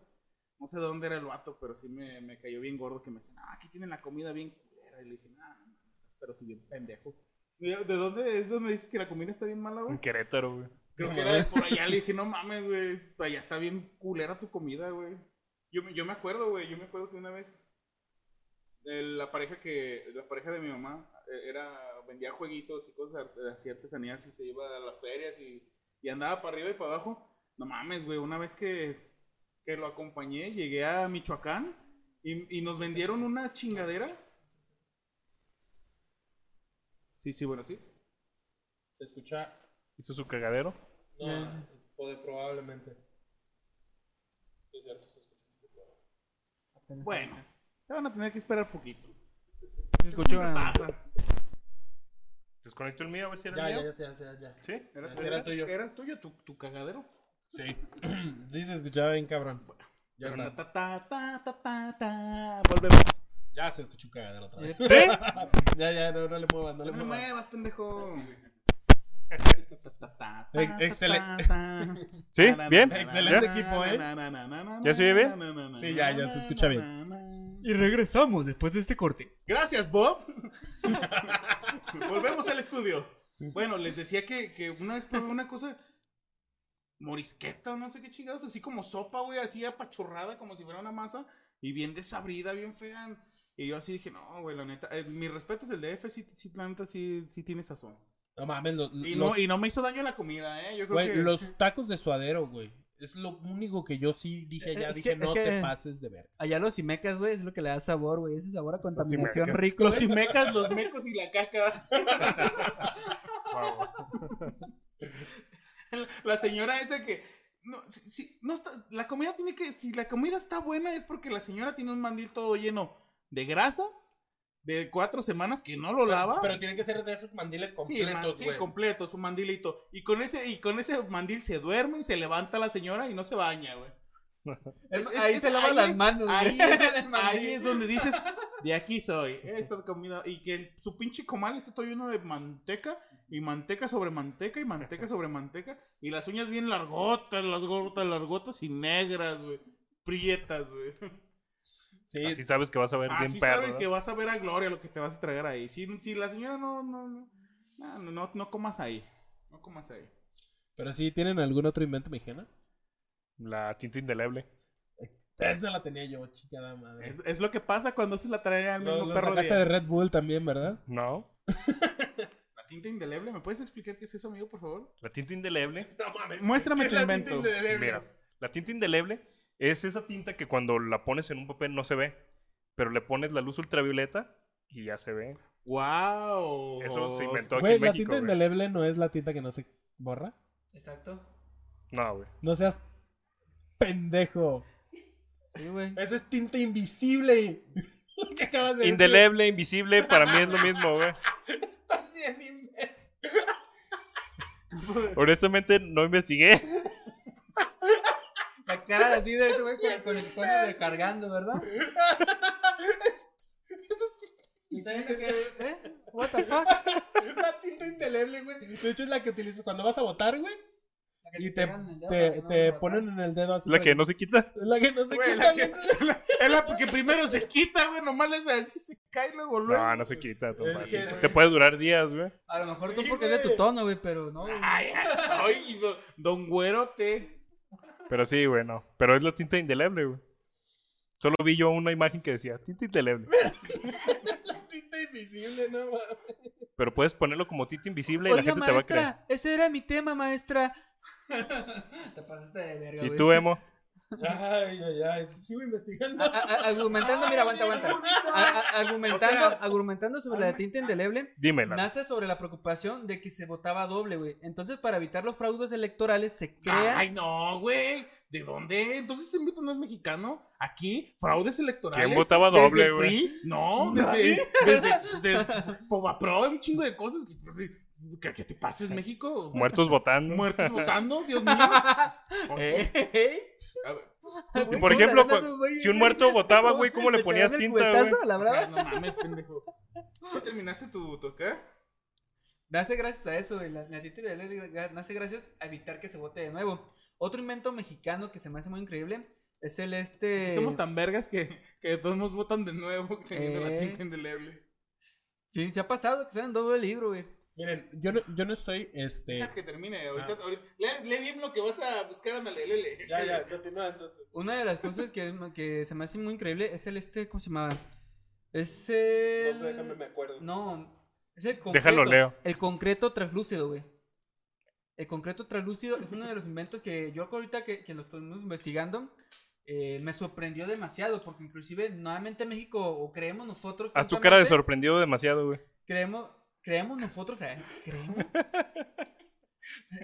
no sé de dónde era el vato, pero sí me, me cayó bien gordo que me decían, ah, aquí tienen la comida bien culera. Y le dije, nah, no, pero sí bien pendejo. Y yo, ¿De dónde es donde dices que la comida está bien mala, güey?
En Querétaro, güey.
Creo
No
que era de
mames.
por allá. Le dije, no mames, güey. Allá está bien culera tu comida, güey. Yo, me- yo me acuerdo, güey. Yo me acuerdo que una vez eh, la pareja que la pareja de mi mamá eh, era vendía jueguitos y cosas art- hacía artesanías y se iba a las ferias y, y andaba para arriba y para abajo no mames güey una vez que, que lo acompañé llegué a Michoacán y, y nos vendieron una chingadera sí sí bueno sí
Se escucha.
Hizo su cagadero.
No,
Ya.
puede probablemente. Sí, es cierto, se escucha.
Apenas.
bueno se van a tener que esperar poquito
Se escuchó
¿Qué
a-
pasa?
Desconecto el mío a ver si era
Ya,
el
ya,
mío.
ya, ya, ya, ya.
Sí.
Era,
Ese era
era-
tuyo.
Eras tuyo, tu, tu cagadero.
Sí. <clears throat> sí, se escuchaba bien, cabrón. Ya
Pero
está.
ta, ta, ta, ta, ta, ta. Volvemos.
Ya se escuchó un cagadero otra vez.
¿Sí?
<laughs> ya, ya, no, no le muevas, no le
No me
muevas.
muevas, pendejo. Ta, ta, ta, ta,
Ex- excele-
ta, ta.
¿Sí?
Na, na,
¿Bien?
na, na,
Excelente
na,
equipo, ¿eh?
na, na, na, na, na,
¿Ya se oye bien?
na, na, na,
Sí, ya, ya
na,
se escucha
na,
bien.
na, na.
Y regresamos después de este corte.
Gracias,
<laughs>
Bob. Volvemos al estudio. Bueno, les decía que, que una vez probé una cosa morisqueta, no sé qué chingados, así como sopa, güey, así apachurrada, como si fuera una masa, y bien desabrida, bien fea. Y yo así dije, no, güey, la neta, eh, mi respeto es el DF, sí, sí, la neta, sí, sí tiene sazón.
No mames, lo-
Y,
los,
no, y no me hizo daño la comida, ¿eh? Yo creo
güey,
que...
los tacos de suadero, güey. Es lo único que yo sí dije allá.
Es
Dije,
que- es
no
que-
te pases de ver.
Allá los cimecas, güey, es lo que le da sabor, güey. Ese sabor a contaminación
cimecas.
rico.
Los
güey.
cimecas,
<laughs>
los mecos y la caca.
Wow.
La señora esa que... No, si, si- no está, la comida tiene que... Si la comida está buena es porque la señora tiene un mandil todo lleno de grasa, de cuatro semanas que no lo lava.
Pero tienen que ser de esos mandiles
Sí, el man-
completos,
sí,
güey.
completo, su mandilito. Y con ese, y con ese mandil se duerme y se levanta la señora y no se baña, güey.
Es-
Es-
ahí
es-
se lava
ahí
las
es-
manos, güey.
Ahí es,
<laughs> El mandil.
ahí es donde dices, de aquí soy, esta comida. Y que el- su pinche comal está todo lleno de manteca, y manteca sobre manteca, y manteca sobre manteca. Y las uñas bien largotas, las gordas, largotas y negras, güey. Prietas, güey.
Sí,
Así sabes que vas a ver bien
Así
perro.
sabes
¿verdad?
que vas a ver a Gloria lo que te vas a tragar ahí. Si, si la señora no, no, no, no, no, no comas ahí. No comas ahí.
pero sí, ¿tienen algún otro invento mexicano?
La tinta indeleble.
Esa la tenía yo, chingada madre.
Es, es lo que pasa cuando se la trae al
Lo,
mismo
lo
perro
sacaste
día.
de Red Bull también, ¿verdad?
No.
La tinta indeleble, ¿me puedes explicar qué es eso, amigo, por favor?
La tinta indeleble.
No mames.
Muéstrame
¿qué es
tu
la
invento.
tinta indeleble?
Mira, la tinta indeleble es esa tinta que cuando la pones en un papel no se ve, pero le pones la luz ultravioleta y ya se ve.
¡Wow!
Eso se inventó aquí
Güey,
en
la
México.
tinta
güey.
indeleble no es la tinta que no se borra.
Exacto.
No, güey.
No seas pendejo.
Sí, güey.
Esa es tinta invisible. <laughs> Lo que acabas de decir.
Indeleble, invisible, para mí es lo mismo, güey.
Estás bien imbécil.
Honestamente no investigué.
La cara así de
<laughs>
ese güey con, con el cuerno recargando, ¿verdad?
Esa es tinta
¿Y sabes
invisible.
qué? ¿Eh? What the fuck?
La tinta indeleble, güey. De hecho, es la que utilizas cuando vas a votar, güey.
La que
Y te,
pegan en el dedo
te,
para que no
te
lo
ponen en el dedo así.
La
para-
que no se quita.
Es la que no se
Güey,
quita,
<laughs> la que-
güey.
Es la porque primero se quita, güey, nomás les así se cae y luego luego.
No, no se quita. no
Es
mames.
que-
Te puede durar días, güey.
A lo mejor
Sí,
tú porque es de
güey.
tu tono, güey, pero no. güey.
Ay, ay, don, don Güerote.
Pero sí, güey, no. Pero es la tinta indeleble, güey. Solo vi yo una imagen que decía tinta indeleble.
La tinta invisible, no mames.
Pero puedes ponerlo como tinta invisible y la
Oiga,
gente te va a
maestra, ese era mi tema, maestra. <laughs> te pasaste de verga,
creer.
güey.
¿Y tú, em, Emo?
Ay, ay, ay. Sigo
A-
investigando.
a- a- argumentando, mira, aguanta, aguanta. A- a- argumentando, argumentando sobre la de tinta indeleble,
Dímela.
nace sobre la preocupación de que se votaba doble, güey. Entonces, para evitar los fraudes electorales, se crea.
Ay, no, güey. ¿De dónde? Entonces ese mito no es mexicano. Aquí, fraudes electorales.
¿Quién votaba
desde
doble,
el
güey?
PRI. No, desde, desde, desde Fobapro, un chingo de cosas. ¿Qué, qué te pases, México?
Muertos votando.
Muertos votando, Dios mío. Oye, a ver,
Y por ejemplo, cua- si un
<laughs>
muerto votaba, güey, ¿cómo le ponías tinta, güey?
o sea, no mames, pendejo. ¿Ya terminaste tu toca?
Nace gracias a eso, güey. La, la tinta indeleble ga- nace gracias a evitar que se vote de nuevo. Otro invento mexicano que se me hace muy increíble es el
Eh,
este.
Somos tan vergas que, que todos nos votan de nuevo teniendo la
Eh.
tinta indeleble.
Sí, se ha pasado que salen doble libro, güey.
Miren, yo no, yo no estoy, este...
Deja que termine. Ahorita, ahorita- lee, lee bien lo que vas a buscar, ándale, lee, lee.
Ya, ya, continúa entonces.
Una de las cosas que, que se me hace muy increíble es el este, ¿cómo se llamaba? Es el...
No sé, déjame me acuerdo.
No, es el concreto.
Déjalo, leo.
El concreto translúcido, güey. El concreto translúcido es uno de los inventos que yo ahorita que, que lo estuvimos investigando eh, me sorprendió demasiado porque inclusive nuevamente México, o creemos nosotros...
Haz tu cara de
sorpresa.
sorprendido demasiado, güey.
Creemos, creemos nosotros, ¿eh? creemos.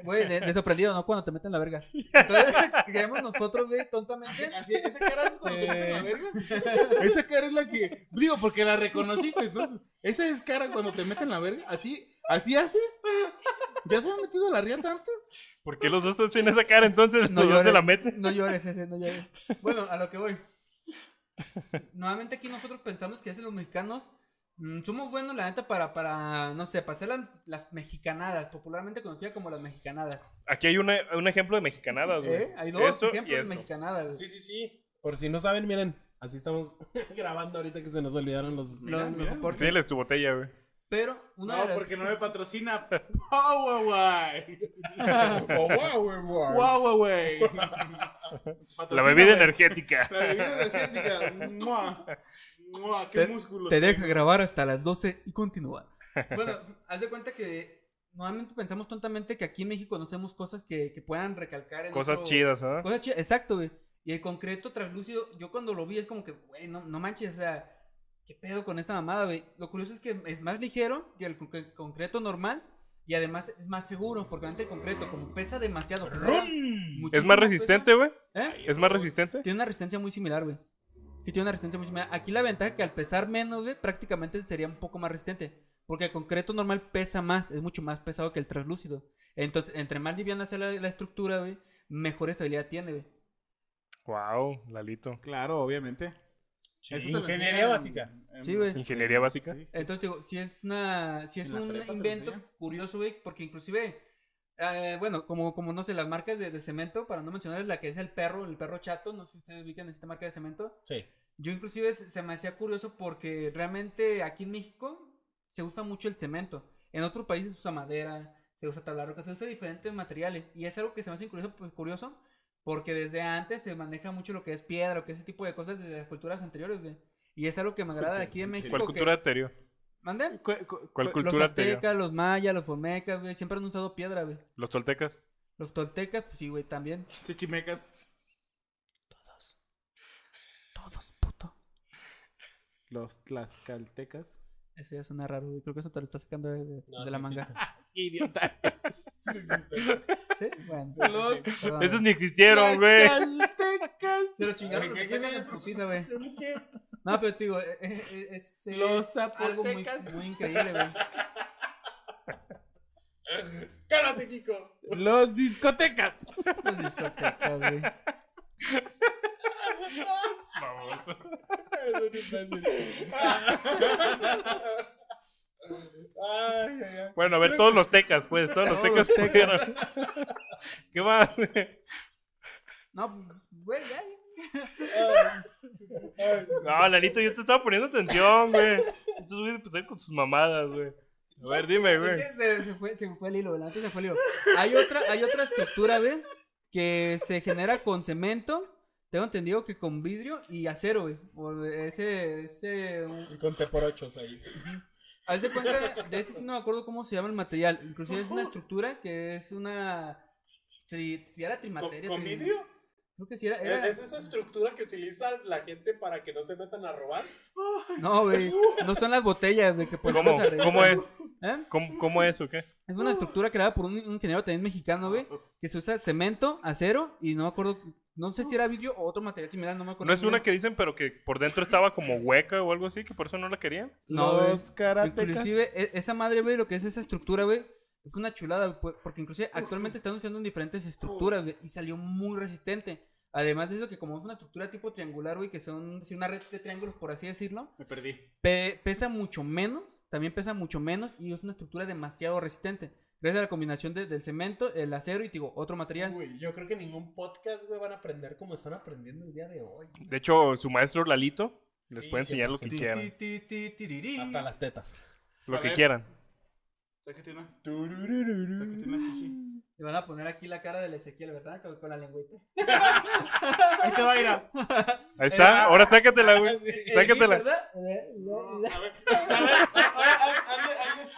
Güey, de, de sorprendido, ¿no? Cuando te meten la verga. Entonces, <laughs> creemos nosotros, güey, tontamente.
Así, esa cara es cuando te meten la verga. Eh, <laughs> Esa cara es la que. Digo, porque la reconociste. Entonces, esa es cara cuando te meten la verga. Así, así haces. ¿Ya te han metido la riata antes?
¿Por qué los dos hacen esa cara entonces?
No
los dos se
llores.
la meten.
No llores, ese, no llores. Bueno, a lo que voy. Nuevamente aquí nosotros pensamos que hacen los mexicanos. mm, somos buenos, la neta, para, para no sé, para hacer las, las mexicanadas, popularmente conocida como las mexicanadas.
Aquí hay una- un ejemplo de mexicanadas, güey.
¿Eh? Hay dos
Esto y
ejemplos de
esto.
mexicanadas. güey.
Sí, sí, sí. Por si no saben, miren, así estamos <laughs> grabando ahorita que se nos olvidaron los...
Los- los
mira,
soportes.
Enséñales tu botella, güey.
Pero una de
No,
las-
porque no me <laughs> patrocina Oh, Huawei.
<laughs> Oh, wow, wow, wow.
Huawei.
La
Patrocíname.
bebida
<laughs>
energética.
La bebida energética. ¡Mua! ¡Mua! ¡Qué
Te-
músculo!
Te deja grabar hasta las 12 y continúa.
<laughs>
Bueno, haz de cuenta que normalmente pensamos tontamente que aquí en México no hacemos cosas que, que puedan recalcar en
Cosas
otro-
chidas, ¿ah?
Cosas chidas, exacto, güey. Y el concreto translúcido, yo cuando lo vi es como que, güey, no, no manches, o sea, ¿qué pedo con esta mamada, güey? Lo curioso es que es más ligero que el con- que el concreto normal y además es más seguro, porque antes el concreto, como pesa demasiado, pesa
Es
muchísimo
más
peso,
resistente, güey.
¿eh?
Es más resistente.
Tiene una resistencia muy similar, güey. Sí, tiene una resistencia muy similar. Aquí la ventaja es que al pesar menos, güey, prácticamente sería un poco más resistente. Porque el concreto normal pesa más, es mucho más pesado que el translúcido. Entonces, entre más liviana sea la, la estructura, güey, mejor estabilidad tiene, güey.
Wow, Lalito.
Claro, obviamente.
Sí,
Eso te lo
ingeniería
enseñan
básica.
en- en-
Sí, güey.
Ingeniería básica.
Sí, sí.
Entonces, digo, si es, una, si es
En la
un
prepa te lo
invento
enseñan.
curioso, güey, porque inclusive, eh, bueno, como, como no sé, las marcas de, de cemento, para no mencionarles la que es el perro, el perro chato, no sé si ustedes ubican esta marca de cemento.
Sí.
Yo inclusive se se me hacía curioso porque realmente aquí en México se usa mucho el cemento. En otros países se usa madera, se usa tabla roca, se usa diferentes materiales. Y es algo que se me hace curioso, pues, curioso porque desde antes se maneja mucho lo que es piedra, lo que es ese tipo de cosas desde las culturas anteriores, güey. Y es algo que me agrada de aquí en México.
¿Cuál
que-
cultura anterior?
¿Mande?
Cu- cu-
¿Cuál
cu-
Los
cultura anterior?
aztecas, los mayas, los olmecas, güey, siempre han usado piedra, güey.
Los toltecas.
Los toltecas, pues sí, güey, también.
Chichimecas.
Todos. Todos, puto.
Los tlaxcaltecas.
Eso ya suena raro, güey. Creo que eso te lo está sacando de, de-
No,
de
sí
la manga.
¡Qué <laughs> idiota!
existe. Sí existe.
<laughs> Sí, bueno.
Los
Perdón,
Esos
güey.
ni existieron, güey.
tlaxcaltecas.
Se lo chingaron.
Ay, ¿qué-
los
qué
tecas
ves?
en putiza, güey.
¿Qué?
No, pero te digo, eh, eh, eh, es, es
Los
algo muy,
zapotecas.
muy increíble, güey.
Cálmate, Kiko.
Los discotecas.
Los discotecas, güey.
Baboso.
Eres un imbécil. Ay, ay, ay.
Bueno, a ver, todos los tecas, pues. Todos los
Todos
tecas
los
pudieron. ¿Qué más? güey?
No, güey, ya.
Ay, ay.
No, Lalito, yo te estaba poniendo atención, güey. Estos güeyes empezaron con sus mamadas, güey. A ver, dime, güey.
Es que Se, se fue, se me fue el hilo, güey. Antes se fue el hilo. Hay otra, hay otra estructura, güey, que se genera con cemento. Tengo entendido que con vidrio y acero, güey. O Ese, ese,
Y con teporochos ahí.
Haz de cuenta, de ese sí no me acuerdo cómo se llama el material. Inclusive es una estructura que es una. Tri, si era
¿Con,
trimateria.
con
tri-
vidrio?
Creo que sí era. era-
Es esa estructura que utiliza la gente para que no se metan a robar.
No, güey. No son las botellas, güey, que
¿Cómo,
ponemos Pues, arriba.
cómo es?
¿Eh?
¿Cómo, cómo es o qué?
Es una estructura creada por un un ingeniero también mexicano, güey, que se usa cemento, acero y no me acuerdo, no sé si era vidrio o otro material similar, no me acuerdo.
¿No es
muy
una
bien.
que dicen, pero que por dentro estaba como hueca o algo así, que por eso no la querían?
No, güey.
Los karatecas.
Inclusive e- esa madre, güey, lo que es esa estructura, güey, es una chulada, güey, por- porque inclusive actualmente están usando en diferentes estructuras, güey, y salió muy resistente. Además de eso que como es una estructura tipo triangular, güey, que son sí, una red de triángulos, por así decirlo,
Me perdí.
pe- pesa mucho menos, también pesa mucho menos y es una estructura demasiado resistente. Gracias a la combinación de- del cemento, el acero y, te digo, otro material.
Güey, yo creo que ningún podcast, güey, van a aprender como están aprendiendo el día de hoy.
De hecho, su maestro Lalito les
Sí,
puede enseñar lo que
100%.
quieran.
Hasta
Hasta
las tetas.
Lo
A
que
ver.
quieran.
Sácate una. Sácate una
<laughs>
chichi.
Le van a poner aquí la cara del Ezequiel, ¿verdad? Con, con la lengüita.
Ahí te va a ir
<laughs>
a.
Ahí está. Ahora sácatela, güey. Sácatela.
¿Verdad? Eh, la- la-
A ver, a ver, hazle, hazle, hazle.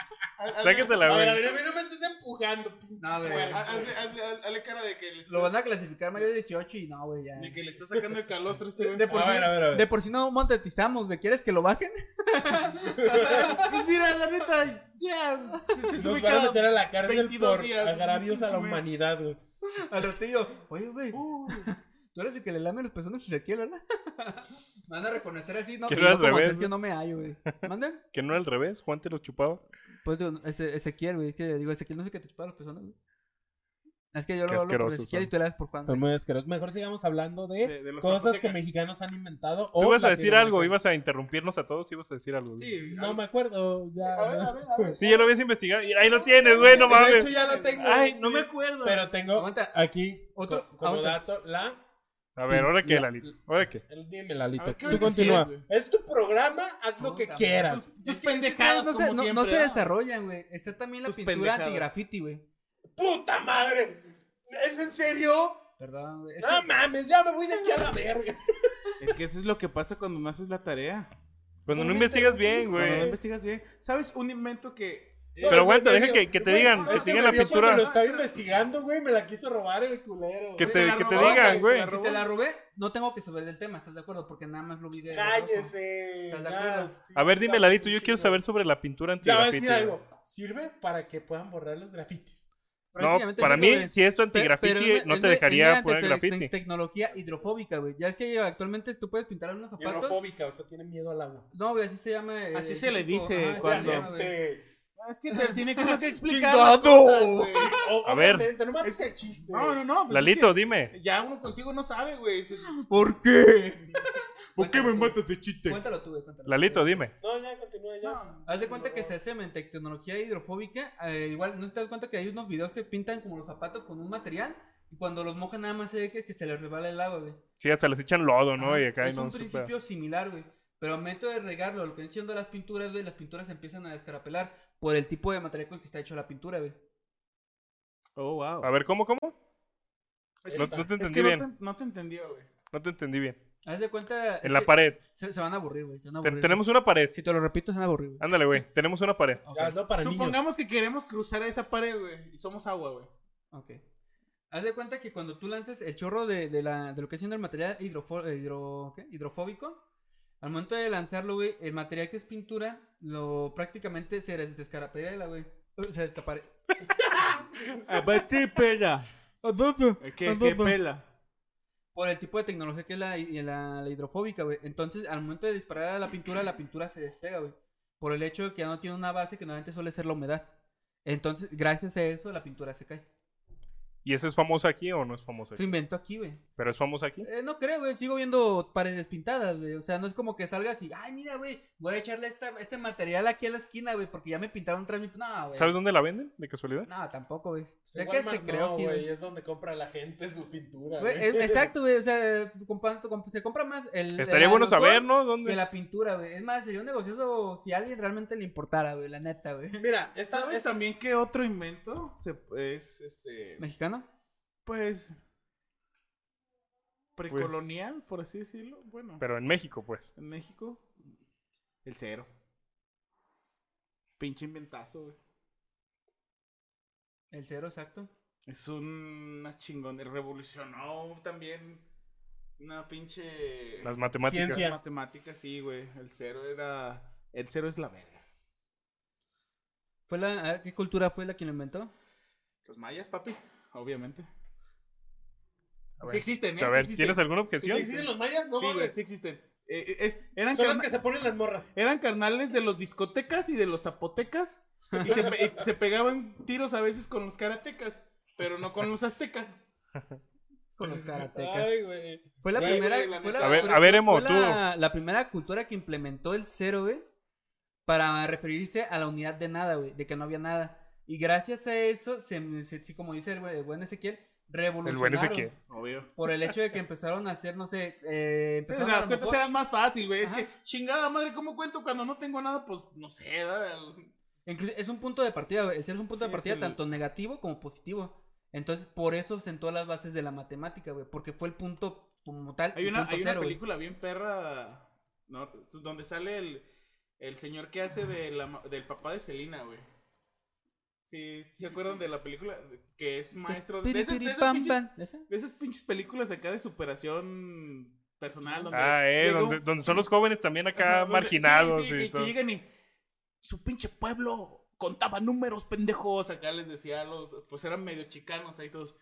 Sácatela,
A ver, a
güey.
ver, a mí no me estés empujando, pinche
No, güey.
puerco.
Ah, Hazle, hazle, hazle, hazle cara de que le
Lo van
estás,
a clasificar mayor de 18 y no, güey, ya.
de que le está sacando el calostro a este güey.
De por,
A
sí,
ver, a ver, a ver.
de por sí no monetizamos, ¿de quieres que lo bajen? <laughs>
Pues mira, la neta, ya. Se, se
Nos van a meter a la cárcel
22
por
días,
agravios a la
pinche mes.
humanidad, güey.
Al ratillo, oye, güey, tú eres el que le lame los pezones a Ezequiel, ¿verdad? <laughs> Me van a reconocer así, ¿no?
Que
Y
era
yo
al
como
revés,
Sergio
¿no?
no me hallo, güey. ¿Manden?
Que no era al revés. Juan te los chupaba.
Pues digo, ese, Ezequiel, güey, es que digo, Ezequiel no sé qué te chupa los pezones, güey. Es que yo
Qué
lo hablo por
asquerosos
Ezequiel y
son.
tú le das por Juan.
Son muy asquerosos. Mejor sigamos hablando de,
De- de los
cosas que
zapotecas.
mexicanos han inventado.
Tú
o
ibas a decir algo,
latinoamericanos.
ibas a interrumpirnos a todos, ibas a decir algo. güey.
Sí,
No me acuerdo. Ya,
A ver, a ver, a ver.
Sí, ya lo habías investigado. Mira, Ahí lo tienes, güey, no
De hecho,
mames.
ya lo tengo.
Ay, no
sí.
me acuerdo.
Pero tengo
Aguanta.
aquí
Otro,
co- como
aguanta.
dato la.
A ver, ahora qué,
La-
Lalito. Ahora qué.
el- Dime, Lalito.
A ver, ¿qué
Tú
hora es que
continúa.
es,
Es tu programa, haz lo Pues, que
Puta madre.
quieras.
Tus
pendejadas
pendejadas
no, se,
como
no- no
siempre,
se
¿ah?
desarrollan, güey. Está también la
Tus
pintura
pendejadas.
anti-graffiti, güey.
¡Puta madre! ¿Es en serio?
Perdón, güey. Es
No
Ah,
que-
mames, ya me voy de aquí a
<laughs>
la verga.
Es que eso es lo que pasa cuando no haces la tarea.
Cuando no
Tú me
investigas bien,
interrumpiste,
Cuando no
güey.
investigas bien. ¿Sabes un invento que. eh,
No,
Pero aguanta,
güey,
deja
yo-
que, que te
güey,
digan,
es
que
que
te digan
me
la
vio cuando
pintura.
lo estaba investigando, güey, me la quiso robar el culero.
Que
Güey,
te,
te la
que te
robó, güey,
digan, güey.
te la
Si te la robé, no tengo que saber del tema, ¿estás de acuerdo? Porque nada más lo vi de.
Cállese.
pues,
¿Estás de
ya,
acuerdo?
sí,
A ver, dime,
sabes
Ladito,
un
yo quiero
chingo.
saber sobre la pintura
Ya voy a decir
antigrafiti, güey.
algo. Sirve para que puedan borrar los grafitis.
No,
Prácticamente es
para
eso,
mí,
güey.
si es tu
Pe- pero es
antigrafiti,
me-
no
es
te
me- es
dejaría
mediante
poner
te-
grafiti.
te- Tecnología hidrofóbica, güey. Ya es que actualmente tú puedes pintar unos zapatos.
Hidrofóbica, o sea, tiene miedo al agua.
No, güey, así se llama. eh,
Así
ese
se le
tipo.
dice
Ajá,
cuando-
ese se llama, güey.
Obviamente.
Ah, Es que te tiene como que explicar.
Chingado.
las cosas, güey.
O-
A ver.
obviamente, no mates el chiste.
No, no, no. pues
Lalito,
es
dime.
que Ya uno contigo no sabe, güey. Se-
¿Por qué?
¿Por qué me
Cuéntalo tú.
matas de chiste?
Cuéntalo tú, güey. cuéntalo.
Lalito, dime.
No, ya continúa ya.
No.
Haz de cuenta que se hace mediante tecnología hidrofóbica. eh, igual, ¿no te das cuenta que hay unos videos que pintan como los zapatos con un material? Y cuando los mojan, nada más se ve que, que se les rebala el agua, güey.
Sí, hasta les echan lodo, ¿no?
Ajá,
Y acá
es
no
un
se
principio similar, güey. Pero al momento de regarlo, lo que están haciendo las pinturas, güey, las pinturas empiezan a descarapelar por el tipo de material con el que está hecho la pintura, güey.
Oh, wow.
puede. A ver, ¿cómo, cómo? No,
Esta.
no te
Es
entendí
que no
bien.
te, no te entendió, güey.
No te entendí bien.
Haz de cuenta. es
En la
que
pared.
Se, se van a aburrir, güey. Se van a
Te-
aburrir.
Tenemos Ah, una pared.
Si te lo repito, se van a aburrir, güey.
Ándale, güey. Tenemos una pared.
Ok,
Ya, no para niños.
Supongamos que queremos cruzar esa pared, güey. Y somos agua, güey.
ok. Haz de cuenta que cuando tú lanzas el chorro de, de la, de lo que es siendo el material hidrofo- eh, hidro- ¿qué? hidrofóbico, al momento de lanzarlo, güey, el material que es pintura, lo prácticamente se des- descarapela, güey. Eh, Se destapare-
Ah, pues,
Abate pela.
Eh,
¿Qué, qué pela?
por el tipo de tecnología que es la, y la- la hidrofóbica, güey. Entonces, al momento de disparar a la pintura, la pintura se despega, güey. Por el hecho de que ya no tiene una base que normalmente suele ser la humedad. Entonces, gracias a eso, la pintura se cae.
¿Y esa es famosa aquí o no es famosa
Se
aquí?
inventó aquí, güey.
¿Pero es famosa aquí?
Eh, no creo, güey. Sigo viendo paredes pintadas, güey. O sea, no es como que salgas y, ay, mira, güey, voy a echarle esta, este material aquí a la esquina, güey, porque ya me pintaron tras mi. No, güey.
¿Sabes dónde la venden, de casualidad?
No, tampoco, güey. Sé
En
que se
Walmart
creó
Pues no,
aquí, güey.
güey, es donde compra la gente su pintura,
Güey,
güey.
es- Exacto, güey. O sea, compa- comp- se compra más el.
Estaría
el
bueno
aerosol
saber, ¿no?
que
¿Dónde?
la pintura, güey. Es más, sería un negocioso si a alguien realmente le importara, güey, la neta, güey.
<laughs>
<laughs>
Mira, esta
¿Sabes
vez
también qué otro invento se, es este.
¿Mexicano?
Pues. precolonial, por así decirlo. Bueno,
Pues, Pero en México, pues.
en México, el cero. Pinche inventazo, güey.
El cero, exacto.
Es una chingón. Revolucionó también Una pinche.
Las matemáticas.
Ciencia.
matemáticas, sí, güey. El cero era. El cero es la verga.
¿Fue la, a ver, ¿Qué cultura fue la que lo inventó?
Los mayas, papi, obviamente.
A ver,
Sí existen, ¿eh?
a
Sí
ver,
existen.
¿tienes alguna
Sí,
objeción?
sí,
¿Existen los mayas? No,
Sí, güey,
mames.
sí existen. Eh, eh, es- eran,
Son las
carna-
que se ponen las morras.
eran carnales de los discotecas y de los zapotecas. Y se, pe- y se pegaban tiros a veces con los karatecas, pero no con los aztecas. <laughs>
Con los karatecas.
Ay, güey.
Fue la
Güey,
primera.
güey, la
fue
neta.
la,
A ver,
fue-
a ver,
fue
Emo,
la, la primera cultura que implementó el cero, güey. Para referirse a la unidad de nada, güey. De que no había nada. Y gracias a eso, se, se- sí, como dice el, güey- el buen Ezequiel, revolucionaron.
Ezequiel.
Obvio.
Por el hecho de que empezaron a hacer, no sé. Eh,
Sí,
empezaron a
las
lo
cuentas
mejor-
eran más fácil, güey. Es
Ajá.
que, chingada madre, ¿cómo cuento cuando no tengo nada? Pues no sé, da- el-
Incluso- es un punto de partida, güey. El ser es un punto
Sí,
de
es
partida
el-
tanto negativo como positivo. Entonces, por eso sentó las bases de la matemática, güey. Porque fue el punto como tal.
Hay
el
una,
punto
hay una
cero, güey.
película bien perra ¿no? donde sale el, el señor que hace de la ma- del papá de Selena, güey. Sí, ¿se acuerdan de la película? Que es maestro de esas, de esas
Piripiripam,
pinches,
pam. ¿Esa?
de esas pinches películas acá de superación personal. Donde
Ah, eh,
llega un-
donde, donde son los jóvenes también acá
ajá, donde-
marginados.
sí, sí,
y
que- que,
todo.
llegan y su pinche pueblo contaba números pendejos. Acá les decía a los, pues eran medio chicanos ahí todos.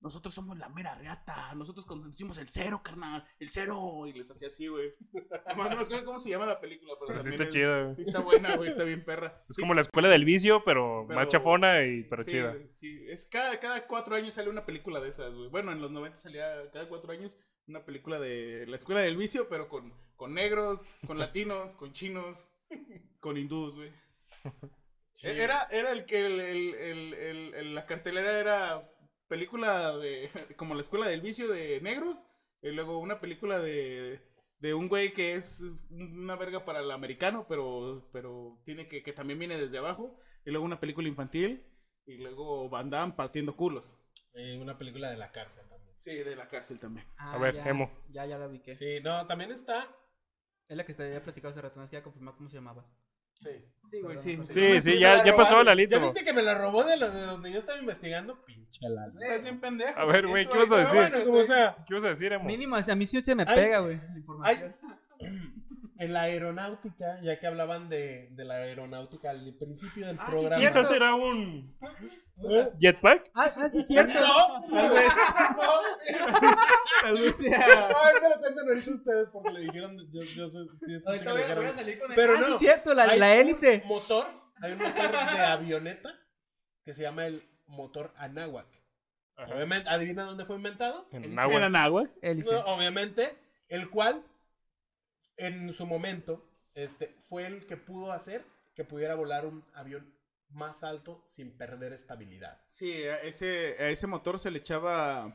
Nosotros somos la mera reata, nosotros conocimos el cero, carnal, el cero, y les hacía así, güey. <laughs> Además, no me acuerdo cómo se llama la película, pero,
Pero sí
también
está
es-
chida, güey.
sí está buena, güey, está bien perra.
Es
Sí,
como la escuela del vicio, pero,
Pero-
más chafona y pero
sí,
chida.
güey, sí. Es, cada, cada cuatro años sale una película de esas, güey. Bueno, en los 90 salía cada cuatro años una película de la escuela del vicio, pero con, con negros, con latinos, con chinos, <laughs> con hindús, güey. Era, era el que el- el- el- el- el- la cartelera era película de <laughs> como la escuela del vicio de negros y luego una película de, de un güey que es una verga para el americano pero pero tiene que que también viene desde abajo y luego una película infantil y luego Van Damme partiendo culos
Eh, una película de la cárcel también.
sí de la cárcel también
Ah,
A ver,
ya,
Emo.
Ya, ya la vi que.
Sí, no, también está.
Es la que te había platicado hace rato, no es que ya confirmar cómo se llamaba.
Sí.
sí
güey,
güey
sí.
sí
Sí, sí, ya, ya pasó el
¿Ya
alito.
viste que me la robó de, los de donde yo estaba investigando? Pinche lazo.
estás bien pendejo
A ver, güey, ¿qué vas a
Pero
decir?
bueno, como sea,
¿Qué ibas a decir, Emo?
Mínimo, a mí sí se me
Ay.
pega, güey. la
Hay-
información.
en la aeronáutica, ya que hablaban de, de la aeronáutica al principio del
Ah, sí,
programa.
sí,
Quizás será un
¿Eh?
jetpack.
Ah, ah, sí, es cierto.
No,
tal vez
no,
tal vez sea <laughs>
no, eso lo cuentan ahorita ustedes porque le dijeron, yo, yo sé, sí escuché que
Ahorita
le
voy a- voy a
dijeron.
salir con el-
Pero
ah, sí,
no,
es cierto, la,
hay
la
un
hélice.
Motor, hay un motor de avioneta que se llama el motor Anáhuac.
Ajá.
Obviamente, ¿adivina dónde fue inventado?
En
Él
Nahua.
¿Era náhuatl?
Hélice.
No, obviamente, el cual en su momento este, fue el que pudo hacer que pudiera volar un avión más alto sin perder estabilidad.
Sí, a ese, a ese motor se le echaba.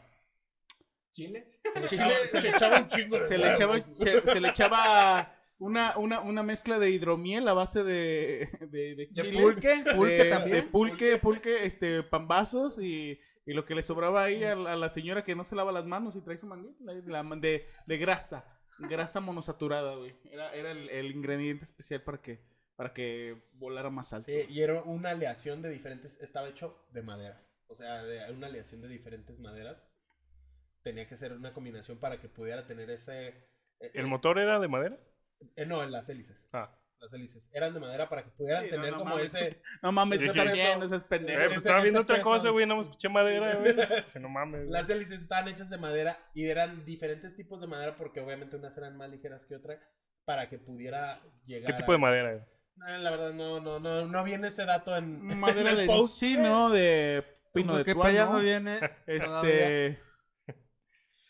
Chile.
Se le echaba, se le echaba un chingo de
Se le echaba,
huevos.
se, se le echaba una, una, una mezcla de hidromiel a base de, de, de
De
chiles.
pulque, pulque
de-
también.
de pulque, pulque, este, pambazos y, y lo que le sobraba ahí a, la a la señora que no se lava las manos y trae su mandil, la- la man- de, de grasa, grasa monosaturada, güey. Era, era el, el ingrediente especial para que, para que volara más alto.
Sí, y era una aleación de diferentes, estaba hecho de madera. O sea, de una aleación de diferentes maderas. Tenía que ser una combinación para que pudiera tener ese... eh,
¿El motor era de madera?
eh, no, en las hélices.
Ah.
Las hélices. Eran de madera para que pudieran
Sí, no,
tener
no
como
mames.
ese...
No mames,
Dije-
también, no seas
Eh,
pendejo.
pues
ese-
estaba
ese
viendo otra
peso.
cosa, güey, no me escuché madera,
Sí.
<laughs>
güey. Dije, No mames.
Las hélices estaban hechas de madera y eran diferentes tipos de madera porque obviamente unas eran más ligeras que otras para que pudiera
<laughs>
llegar
¿Qué tipo de
a-
madera? güey?
No, la verdad no, no, no, no viene ese dato en, en
Madera
el
de
post. eh.
chino, de pino de
Porque
tuano.
para allá no viene. todavía.
Este.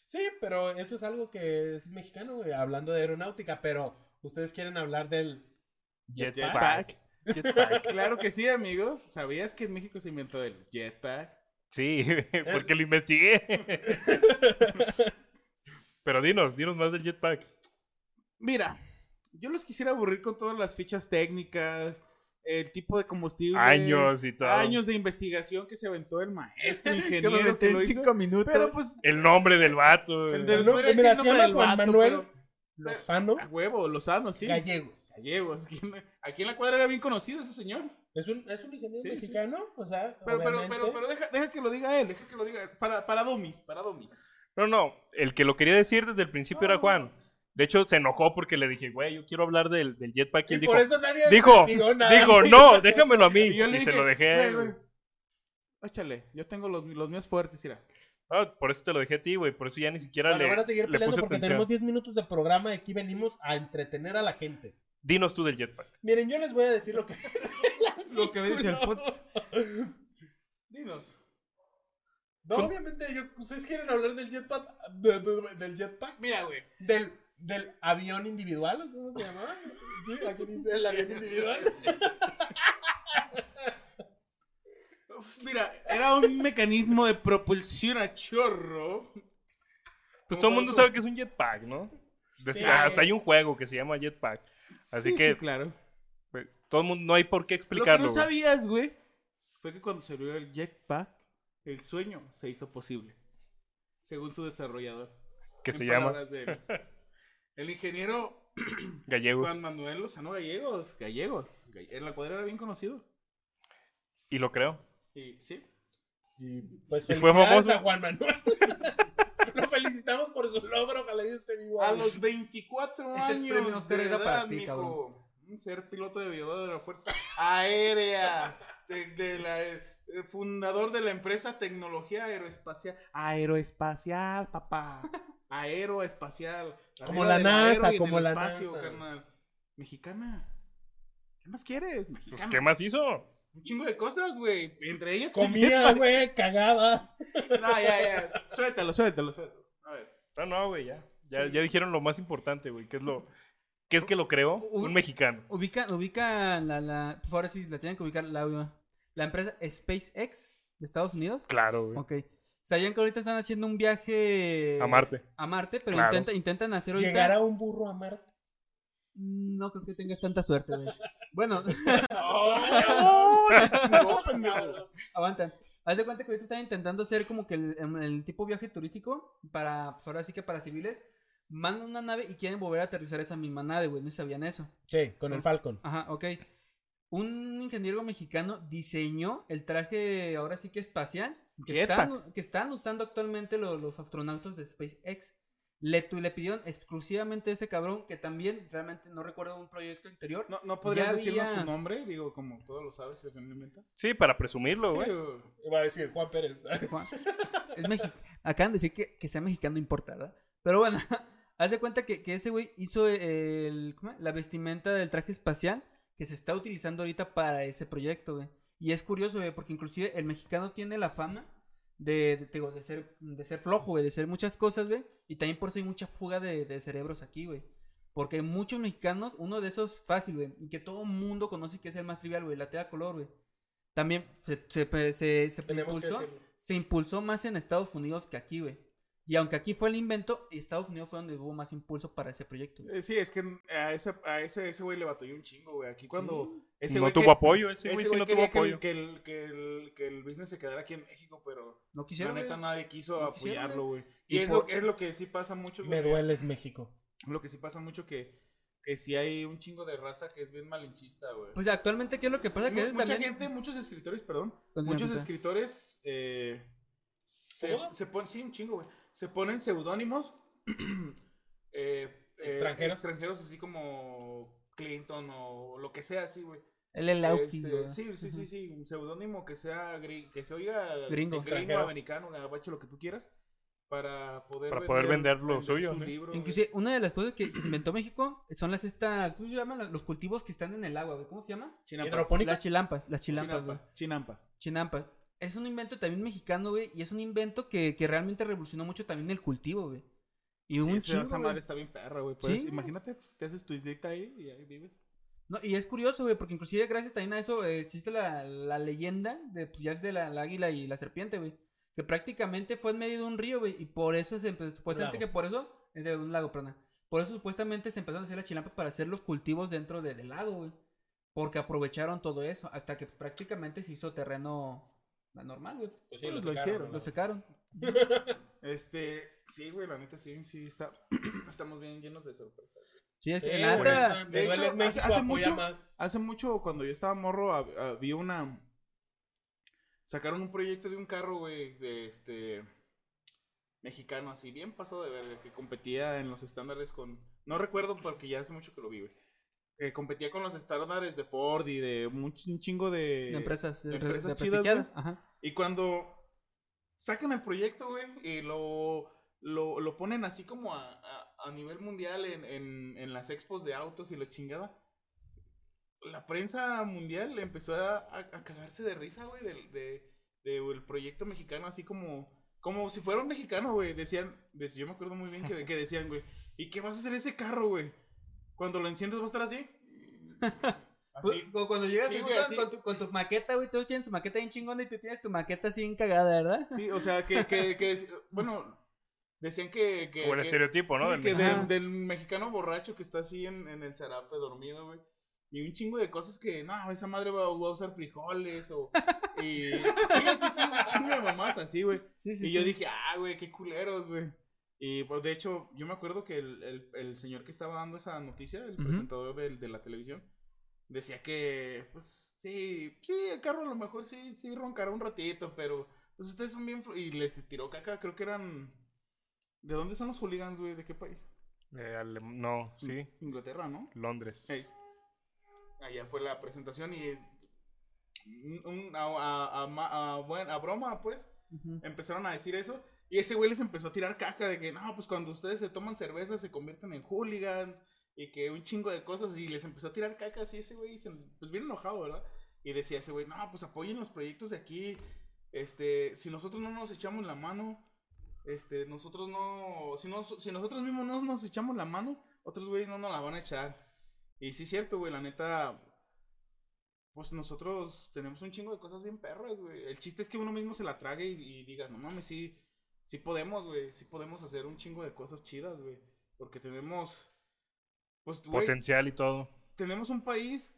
Sí, pero eso es algo que es mexicano, güey, hablando de aeronáutica, pero ustedes quieren hablar del
Jetpack.
Jetpack.
Jetpack.
Claro que sí, amigos. ¿Sabías que en México se inventó el jetpack?
Sí, <laughs>
Eh.
porque lo
<laughs>
investigué. Pero dinos, dinos más del jetpack.
Mira, yo los quisiera aburrir con todas las fichas técnicas, el tipo de combustible.
Años y todo.
Años de investigación que se aventó el
<laughs>
maestro
Que me
ingeniero
metí
que lo
en
hizo.
cinco minutos.
Pero pues,
El nombre del vato. güey.
el
de-
del-
No,
no era el
mira, se
nombre
llama
del
Juan
vato,
Manuel.
pero-
Lozano
Ah,
A huevo, Lozano, sí.
Gallegos.
Gallegos. Aquí en la cuadra era bien conocido ese señor.
Es un, es un ingeniero
Sí, sí.
mexicano, o sea,
Pero, pero,
obviamente.
pero, pero deja, deja que lo diga él, deja que lo diga él. Para, para domis, para domis.
No, no, el que lo quería decir desde el principio
Ah.
era Juan. De hecho, se enojó porque le dije, güey, yo quiero hablar del, del jetpack. Y
Y
él
por
dijo,
eso nadie
dijo,
investigó nada.
dijo, no, déjamelo
<laughs>
a mí.
Y
Y,
yo le
se
dije,
lo dejé.
"Güey, güey,
güey.
Échale, yo tengo los, los míos fuertes, mira.
Ah, por eso te lo dejé a ti, güey. Por eso ya ni siquiera
Bueno,
le,
van a seguir
le
peleando
puse
porque
atención.
tenemos 10 minutos de programa y aquí venimos a entretener a la gente.
Dinos tú del jetpack.
Miren, yo les voy a decir lo que <laughs> es el
Lo que me dice el
artículo.
Dinos.
No, obviamente, yo, ustedes quieren hablar del jetpack, de- de- del jetpack,
Mira, güey.
del, del avión individual, ¿o ¿cómo se llama? Sí, aquí dice el avión individual.
Uf, Mira, era un mecanismo de propulsión a chorro. Como
Pues todo el mundo
tú.
sabe que es un jetpack, ¿no? Desde-
Sí.
ah, hasta hay un juego que se llama Jetpack. Así
Sí,
que
sí, claro.
güey, todo el mundo no hay por qué
Lo que
explicarlo.
no
güey.
sabías, güey, fue que cuando salió el jetpack, el sueño se hizo posible. Según su desarrollador.
que
En
se llama
palabras de
<laughs>
él. El ingeniero
Gallegos.
Juan Manuel Lozano Gallegos. Gallegos. Gall- En la cuadra era bien conocido.
Y lo creo.
Y sí.
Y pues
Y fue
felicidades
famoso.
a Juan Manuel. <laughs> Lo felicitamos por su logro, ojalá y esté vivo.
A los 24
Es el premio
años
Oscar
de
era
edad,
para ti,
mijo.
cabrón.
Ser piloto de aviador de la Fuerza Aérea. De, de la, eh, fundador de la empresa Tecnología Aeroespacial. Aeroespacial, papá. Aeroespacial.
Como
Arriba
la
del
NASA,
aero y
como
del
la NASA.
carnal. Mexicana. ¿Qué más quieres?
Pues,
Mexicana.
¿Qué más hizo?
Un chingo de cosas, güey. Entre ellas. <laughs>
Comía, güey, cagaba.
No, ya, ya. Suéltalo, suéltalo, suéltalo. A ver.
<laughs>
No, Ah, no, güey, ya. ya. ya dijeron lo más importante, güey, que es lo... ¿Qué es que lo creó? Un
Un-
mexicano.
Ubican, ubican la, la. Por favor, si la tienen que ubicar, la, la empresa SpaceX de Estados Unidos.
Claro, güey.
Ok. Sabían que ahorita están haciendo un viaje.
A Marte.
A Marte, pero
Claro.
intenta- intentan hacer ahorita.
Llegará un burro a <laughs> Marte.
Mm, No creo que tengas tanta suerte, güey. Bueno, <laughs>
No, pendejo.
aguanta. Haz de cuenta que ahorita están intentando hacer como que el, em- el tipo viaje turístico para, pues ahora sí que para civiles, mandan una nave y quieren volver a aterrizar esa misma nave, güey, no sabían eso.
Sí, con el Falcon.
Ajá, ok. Un ingeniero mexicano diseñó el traje ahora sí que espacial que están, que están usando actualmente lo- los, astronautas de SpaceX. Le, tu- le pidieron exclusivamente a ese cabrón que también realmente no recuerdo un proyecto anterior.
No, ¿no podrías
Ya
decirnos
había-
su nombre, digo, como todos lo sabes, si lo que no inventas.
Sí, para presumirlo, güey.
Pero-
Iba a decir Juan Pérez.
Juan- es mexi- Acaban de decir que, que sea mexicano, no importa, ¿verdad? Pero bueno, <laughs> haz de cuenta que, que ese güey hizo el- ¿cómo es? la vestimenta del traje espacial que se está utilizando ahorita para ese proyecto, güey. Y es curioso, güey, porque inclusive el mexicano tiene la fama de, de, te digo, de ser, de ser flojo, güey, de ser muchas cosas, güey. Y también por eso hay mucha fuga de, de cerebros aquí, güey. Porque hay muchos mexicanos, uno de esos fácil, güey, y que todo mundo conoce que es el más trivial, güey, la tela color, güey. También se, se, se, se
Tenemos que
impulsó-
decirlo.
se impulsó más en Estados Unidos que aquí, güey. Y aunque aquí fue el invento, Estados Unidos fue donde hubo más impulso para ese proyecto. güey.
Eh, sí, es que a ese, a ese, ese güey le batalló un chingo, güey. Aquí cuando... Ese
no
güey
tuvo
que-
apoyo, ese
Ese
güey
güey
sí no tuvo
quería que,
apoyo.
el, que, el, que, el, que el business se quedara aquí en México, pero
No quisieron.
la neta
güey.
nadie quiso
no quisieron,
apoyarlo, güey.
Y
Y, es,
por-
lo, que- es lo que sí pasa mucho.
Me
güey.
dueles México.
Lo que sí pasa mucho que, que sí hay un chingo de raza que es bien malinchista, güey.
Pues actualmente, ¿qué es lo que pasa? Que
Mu-
es
mucha
también...
gente, muchos escritores, perdón,
Continúa,
muchos
continúa.
escritores eh, se,
¿Cómo?
se ponen, sí, un chingo, güey, se ponen seudónimos <clears throat> eh, eh,
Extranjeros.
extranjeros así como Clinton o lo que sea, así, güey.
El Elauki,
Este,
güey.
sí, sí,
Ujú.
sí, sí, un seudónimo que sea gri- que se oiga
Gringo.
gringo
Extranjero.
americano, gabacho, lo que tú quieras, para poder
Para poder vender lo suyo,
sus
sí.
libros, güey.
Inclusive, una de las cosas que que se inventó México son las estas... ¿Cómo se llaman? Los cultivos que están en el agua, güey. ¿Cómo se llama?
Chinampas.
Hidropónica.
Las chilampas. Las chilampas, güey.
Chinampas. Chinampas.
Chinampas. Es un invento también mexicano, güey. Y es un invento que, que realmente revolucionó mucho también el cultivo, güey. Y un
Sí, esa-
chingo,
esa
güey.
madre está bien perra, güey. puedes-
Sí.
Imagínate, te haces tu islita ahí y ahí vives.
No, y es curioso, güey, porque inclusive gracias también a eso eh, existe la, la leyenda de, pues, ya es de la, la águila y la serpiente, güey. Que prácticamente fue en medio de un río, güey. Y por eso se empezó, supuestamente
lago.
que por eso, eh, de un lago, perdón. Por eso supuestamente se empezaron a hacer las chilampas para hacer los cultivos dentro de- del lago, güey. Porque aprovecharon todo eso, hasta que pues, prácticamente se hizo terreno la normal, güey.
Pues
Pues lo
sacaron,
hicieron,
¿no?
Lo secaron.
Este, sí, güey, la neta sí, sí, está, <clears throat> estamos bien llenos de sorpresas.
Sí, es
Sí,
que la
güey,
neta,
eso, Me
de
dueles
hecho,
México
hace- hace
apoya
mucho-
más.
Hace mucho, cuando yo estaba morro, hab- había una... Sacaron un proyecto de un carro, güey, de este... mexicano así, bien pasado de verga, que competía en los estándares con... No recuerdo porque ya hace mucho que lo vive. Que competía con los estándares de Ford y de much- un chingo de...
de empresas, de,
de
de
empresas
de
chidas,
prestigiadas, Ajá.
Y cuando sacan el proyecto, güey, y lo, lo, lo ponen así como a, a- a nivel mundial en, en- en las expos de autos y la chingada, la prensa mundial empezó a, a- a cagarse de risa, güey, del de, de el proyecto mexicano, así como, como si fuera un mexicano, güey. Decían, de- yo me acuerdo muy bien que, que decían, güey, ¿y qué vas a hacer ese carro, güey? Cuando lo enciendes va a estar así. Así.
Pues, Cu- Cuando llegas
Sí,
así
güey,
con-
así.
Con, tu, con tu maqueta, güey, todos tienen su maqueta bien chingona y tú tienes tu maqueta así bien cagada,
<laughs>
¿verdad?
Sí, o sea, que, que, que es- bueno, decían que... que
Como el
que-
estereotipo, ¿no?
Sí,
Del
que
mexicano.
del, del mexicano borracho que está así en, en el zarape dormido, güey. Y un chingo de cosas que, no, esa madre va, va a usar frijoles o... Y, sí, sí, sí, un chingo de mamás así, güey.
Sí, sí.
y yo
sí.
dije, ah, güey, qué culeros, güey. Y pues de hecho, yo me acuerdo que el, el- el señor que estaba dando esa noticia, el
Ujú.
presentador del- de la televisión, decía que, pues sí, sí, el carro a lo mejor sí, sí roncará un ratito, pero pues ustedes son bien... fru- Y les tiró caca, creo que eran... ¿De dónde son los hooligans, güey? ¿De qué país?
Eh, Ale- no, sí,
Inglaterra, ¿no?
Londres.
Ey. Allá fue la presentación y... un- un- a, a- a ma- a buen- a broma, pues,
Ujú.
empezaron a decir eso. Y ese güey les empezó a tirar caca de que, no, pues cuando ustedes se toman cerveza se convierten en hooligans y que un chingo de cosas. Y les empezó a tirar caca así ese güey, y se- pues bien enojado, ¿verdad? Y decía ese güey, no, pues apoyen los proyectos de aquí. Este, si nosotros no nos echamos la mano, este, nosotros no, si, nos- si nosotros mismos no nos echamos la mano, otros güeyes no nos la van a echar. Y sí es cierto, güey, la neta, pues nosotros tenemos un chingo de cosas bien perras, güey. El chiste es que uno mismo se la trague y, y digas, no mames, sí, sí podemos, güey. Sí podemos hacer un chingo de cosas chidas, güey. Porque tenemos, pues, güey,
Potencial y todo.
tenemos un país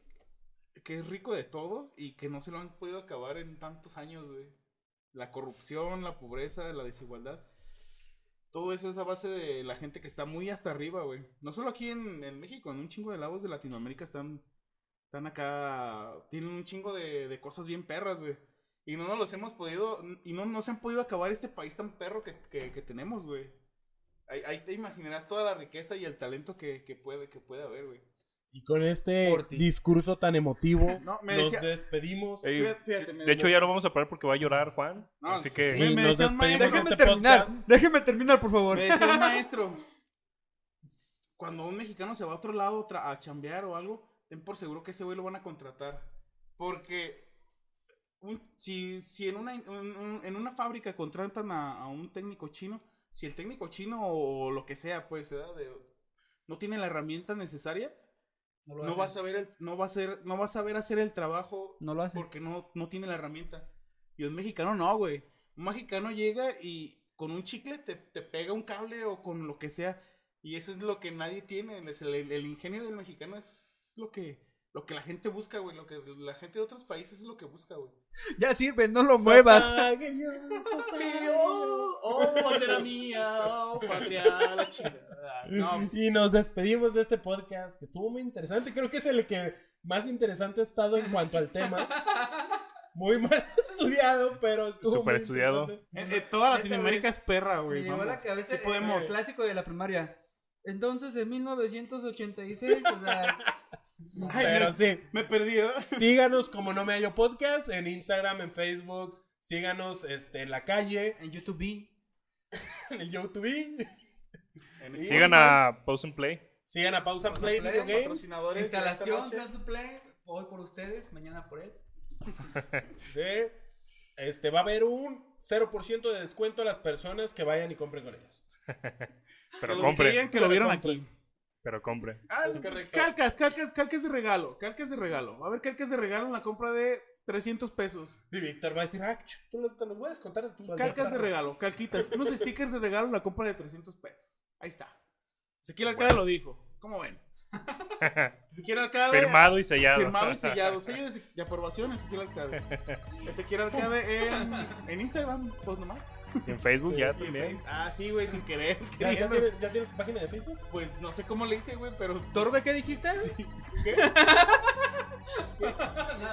que es rico de todo y que no se lo han podido acabar en tantos años, güey. La corrupción, la pobreza, la desigualdad. Todo eso es a base de la gente que está muy hasta arriba, güey. No solo aquí en, en México, en un chingo de lados de Latinoamérica están, están acá, tienen un chingo de, de cosas bien perras, güey. Y no nos los hemos podido, y no, no se han podido acabar este país tan perro que, que- que tenemos, güey. Ahí, ahí te imaginarás toda la riqueza y el talento que, que puede, que puede haber, güey.
Y con este
Por ti.
discurso tan emotivo,
No, <laughs> me
nos
decía- Eh,
despedimos.
Ey,
Fíjate, fíjate, me-
de hecho, ya lo vamos a parar porque va a llorar Juan.
No,
así que
sí. me- me
nos
decían,
despedimos
"Maestro,
de
Déjeme
este
terminar,
podcast.
déjeme terminar, por favor.
Me decía
<laughs>
un maestro, cuando un mexicano se va a otro lado tra- a chambear o algo, ten por seguro que ese güey lo van a contratar. Porque un- si, si en, una, un- un- en una fábrica contratan a, a un técnico chino, si el técnico chino o lo que sea, pues, ¿verdad? De- no tiene la herramienta necesaria,
No
no va a saber, el- no va a ser, no va a saber hacer el trabajo
No lo hace.
porque no, no tiene la herramienta. Y un mexicano no, güey. Un mexicano llega y con un chicle te, te pega un cable o con lo que sea. Y eso es lo que nadie tiene. Es El, el ingenio del mexicano es lo que, lo que la gente busca, güey. Lo que la gente de otros países es lo que busca, güey.
Ya sirve, no lo muevas.
Sasageyo, sasageyo.
oh, bandera mía, oh, patria, la chingada. No, pues,
Y nos despedimos de este podcast que estuvo muy interesante. Creo que es el que más interesante ha estado en cuanto al
<laughs>
tema. Muy mal <laughs> estudiado, pero estuvo
Súper
muy
estudiado.
interesante.
eh, eh, toda
güey.
Latinoamérica es perra,
Me
güey.
llegó a la
vamos.
cabeza
Sí
el-
podemos.
el clásico de la primaria. Entonces, en 1986,
<laughs>
o sea,
Ay,
Pero
me-
sí.
Me perdí, ¿verdad? <laughs>
Síganos como No Me Hallo Podcast en Instagram, en Facebook. Síganos este, en la calle,
en YouTube vi.
en el YouTube.
En
sigan a Pause and Play.
Sigan a Pausa Play
Play,
Video Games.
patrocinadores de esta
Instalación,
noche.
Transplay, hoy por ustedes, mañana por él.
Sí. Este, va a haber un 0% de descuento a las personas que vayan y compren con ellos.
Que
Pero
lo
compre.
digan, que lo
Pero
vieron
compre.
aquí.
Pero compre.
Ah,
Es correcto.
calcas, calcas, calcas de regalo, calcas de regalo. Va a haber calcas de regalo en la compra de 300 pesos.
Y Víctor va a decir, ah, ch- tú lo- te los voy a descontar de tu sueldo".
Calcas de regalo, calquitas, unos stickers de regalo en la compra de 300 pesos. Ahí está. Ezequiel Arcade lo dijo. ¿Cómo
<laughs>
ven? Ezequiel Arcade.
Firmado y sellado.
firmado y sellado. Sello de, de aprobación, Ezequiel
<laughs>
Arcade. Ezequiel Arcade en, en Instagram, pues nomás.
Y en Facebook
Sí,
ya
Y en
también.
Facebook. Ah, sí, güey, sin querer.
¿Ya, ya tiene- ya tienes tu página de Facebook?
Pues no sé cómo le hice, güey, pero
¿Torbe qué dijiste? <laughs>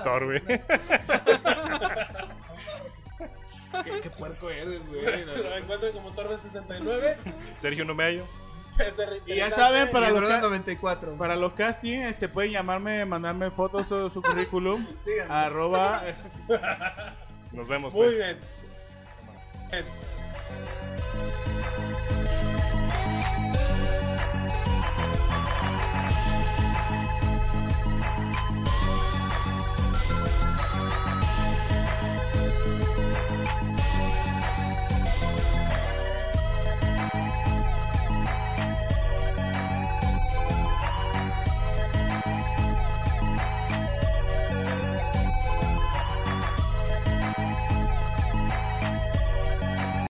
Torbe.
¿Qué, qué puerco eres,
<laughs>
güey.
Se <laughs> lo encuentran como Torbe <laughs> 69.
<laughs> Sergio no me hallo.
Y ya saben, pues. para
Para
los, ca-
94.
para los casting, este, pueden llamarme, mandarme fotos o su currículum. <laughs>
Díganme.
arroba.
Nos vemos.
Muy
pues.
bien. Bien.